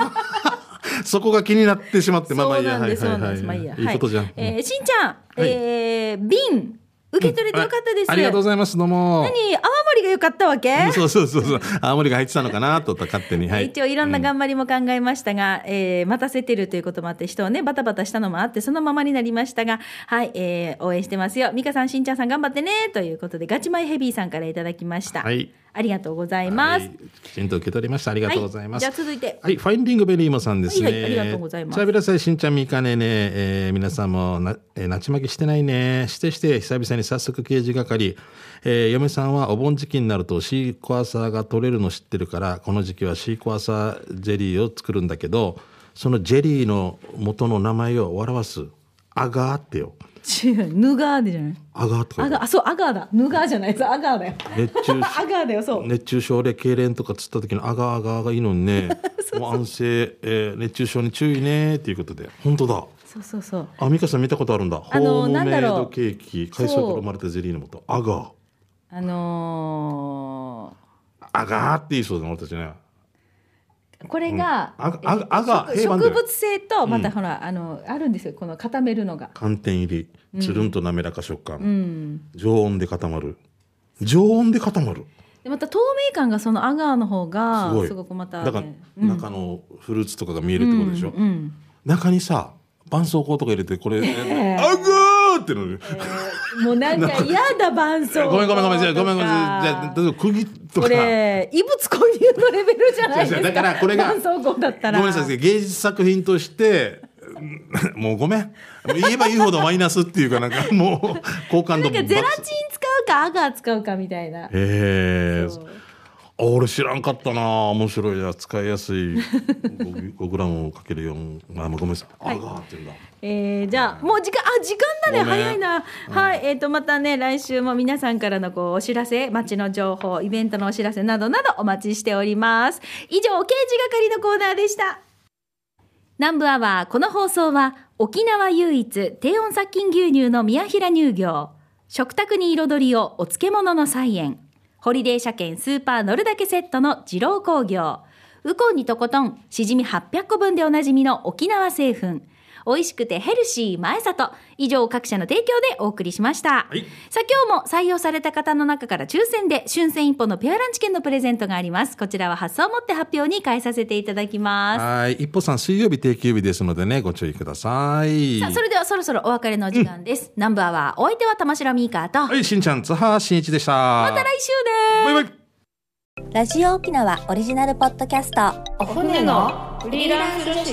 Speaker 2: そこが気になってしまってまあまあ
Speaker 1: そう
Speaker 2: いいや
Speaker 1: なん
Speaker 2: はい
Speaker 1: です、
Speaker 2: はい
Speaker 1: そうなん
Speaker 2: は
Speaker 1: です。まあいいや。
Speaker 2: いいいことじゃん、
Speaker 1: はえーしんちゃん、
Speaker 2: はい
Speaker 1: えー瓶、受け取れてよかったです。
Speaker 2: あありがとうご
Speaker 1: い
Speaker 2: ざいますどうも
Speaker 1: ます。何、泡盛が良かったわけ
Speaker 2: うんそうそうそうそう。青森が入ってたのかなと思った勝手に。はい。
Speaker 1: 一応いろんな頑張りも考えましたが、えー待たせてるということもあって、人をね、バタバタしたのもあって、そのままになりましたが、はい、えー応援してますよ。美香さん、しんちゃんさん頑張ってね、ということで、ガチマイヘビーさんからいただきました。
Speaker 2: はい
Speaker 1: ありがとうござい
Speaker 2: うん
Speaker 1: ます。
Speaker 2: はいきちんと受け取りました。ありがとうございます。
Speaker 1: はいじゃあ続いて
Speaker 2: はい、ファインディングベリーマさんですね。
Speaker 1: はいはいありがとうございます
Speaker 2: チャビラサイしんちゃんみかねね、えー皆さんもな、えー、なちまきしてないね。してして、久々に早速刑事係。えー嫁さんはお盆時期になるとシークワーサーが取れるの知ってるから、この時期はシークワーサージェリーを作るんだけど、そのジェリーの元の名前を笑わす。アガーってよ。
Speaker 1: 違う、ヌガーでじゃない。
Speaker 2: アガーって書い
Speaker 1: ア
Speaker 2: てある
Speaker 1: ガー、あ、そう、アガーだ。ヌガーじゃないです。アガーだよ。
Speaker 2: 熱中
Speaker 1: アガーだよ、そう。
Speaker 2: 熱中症で痙攣とかつった時のあがあがあがいいの
Speaker 1: <laughs>
Speaker 2: にねもう安静、えー熱中症に注意ねっていうことで本当だ
Speaker 1: そうそうそう。
Speaker 2: あ美香さん見たことあるんだ
Speaker 1: あの
Speaker 2: ホームメ
Speaker 1: な
Speaker 2: イ
Speaker 1: んだろ
Speaker 2: ド
Speaker 1: う
Speaker 2: ケーキ海藻から生まれたゼリーの素あが
Speaker 1: あの
Speaker 2: あがーって言いそうだな俺たちね
Speaker 1: ーこれが、
Speaker 2: うんあがあがあが
Speaker 1: えっと
Speaker 2: 平板だ
Speaker 1: 植
Speaker 2: よ
Speaker 1: 物性とまたほら、あのあるんですよこの固めるのが、
Speaker 2: 寒天入りつるんと滑らか食感、
Speaker 1: うん、
Speaker 2: 常温で固まる常温で固まる
Speaker 1: でまた透明感がそのアガーの方が
Speaker 2: すごい
Speaker 1: すごくまた、ね、
Speaker 2: だから、
Speaker 1: うん
Speaker 2: 中のフルーツとかが見えるってことでしょ、
Speaker 1: うんうん
Speaker 2: 中にさ絆創膏とか入れてこれ、
Speaker 1: ええ
Speaker 2: あがーーってのに。
Speaker 1: もうなんか嫌だ伴奏
Speaker 2: ごめんごめんごめん、じゃあごめんごめん、じゃあ、
Speaker 1: こ
Speaker 2: 例えば釘とか。
Speaker 1: れ異物混入のレベルじゃないですか
Speaker 2: 違う違うだからこれが
Speaker 1: 伴奏号だったら
Speaker 2: ごめんなさい芸術作品として <laughs> うんもうごめん言えば言うほどマイナスっていうかなんか <laughs> もう好感
Speaker 1: な
Speaker 2: 度
Speaker 1: ん
Speaker 2: も
Speaker 1: かゼラチン使うかアガー使うかみたいな
Speaker 2: ええ
Speaker 1: そう
Speaker 2: あ俺知らんかったな面白いや使いやすい 5, <laughs> 5グラムかける4まあごめんなさい、あがーって言うんだ
Speaker 1: えー、じゃあもう時間あ時間だね
Speaker 2: ごめん
Speaker 1: 早いな、はいえっ、とまたね来週も皆さんからのこうお知らせ街の情報イベントのお知らせなどなどお待ちしております以上刑事係のコーナーでした南部アワーこの放送は沖縄唯一低温殺菌牛乳の宮平乳業食卓に彩りをお漬物の菜園ホリデー車検スーパー乗るだけセットの二郎工業ウコンにとことんしじみ800個分でおなじみの沖縄製粉美味しくてヘルシー前里以上各社の提供でお送りしました、
Speaker 2: はい
Speaker 1: さあ今日も採用された方の中から抽選で春戦一歩のペアランチ券のプレゼントがありますこちらは発送をもって発表に返させていただきます
Speaker 2: はい一歩さん水曜日定休日ですのでねご注意ください
Speaker 1: さあそれではそろそろお別れのお時間です、ナンバーはお相手は玉城ミーカーと、
Speaker 2: はいしんちゃん津波しんいちでしたま
Speaker 1: また来週です
Speaker 2: バイバイ
Speaker 3: ラジオ沖縄オリジナルポッドキャスト
Speaker 4: お骨のフリーランス女子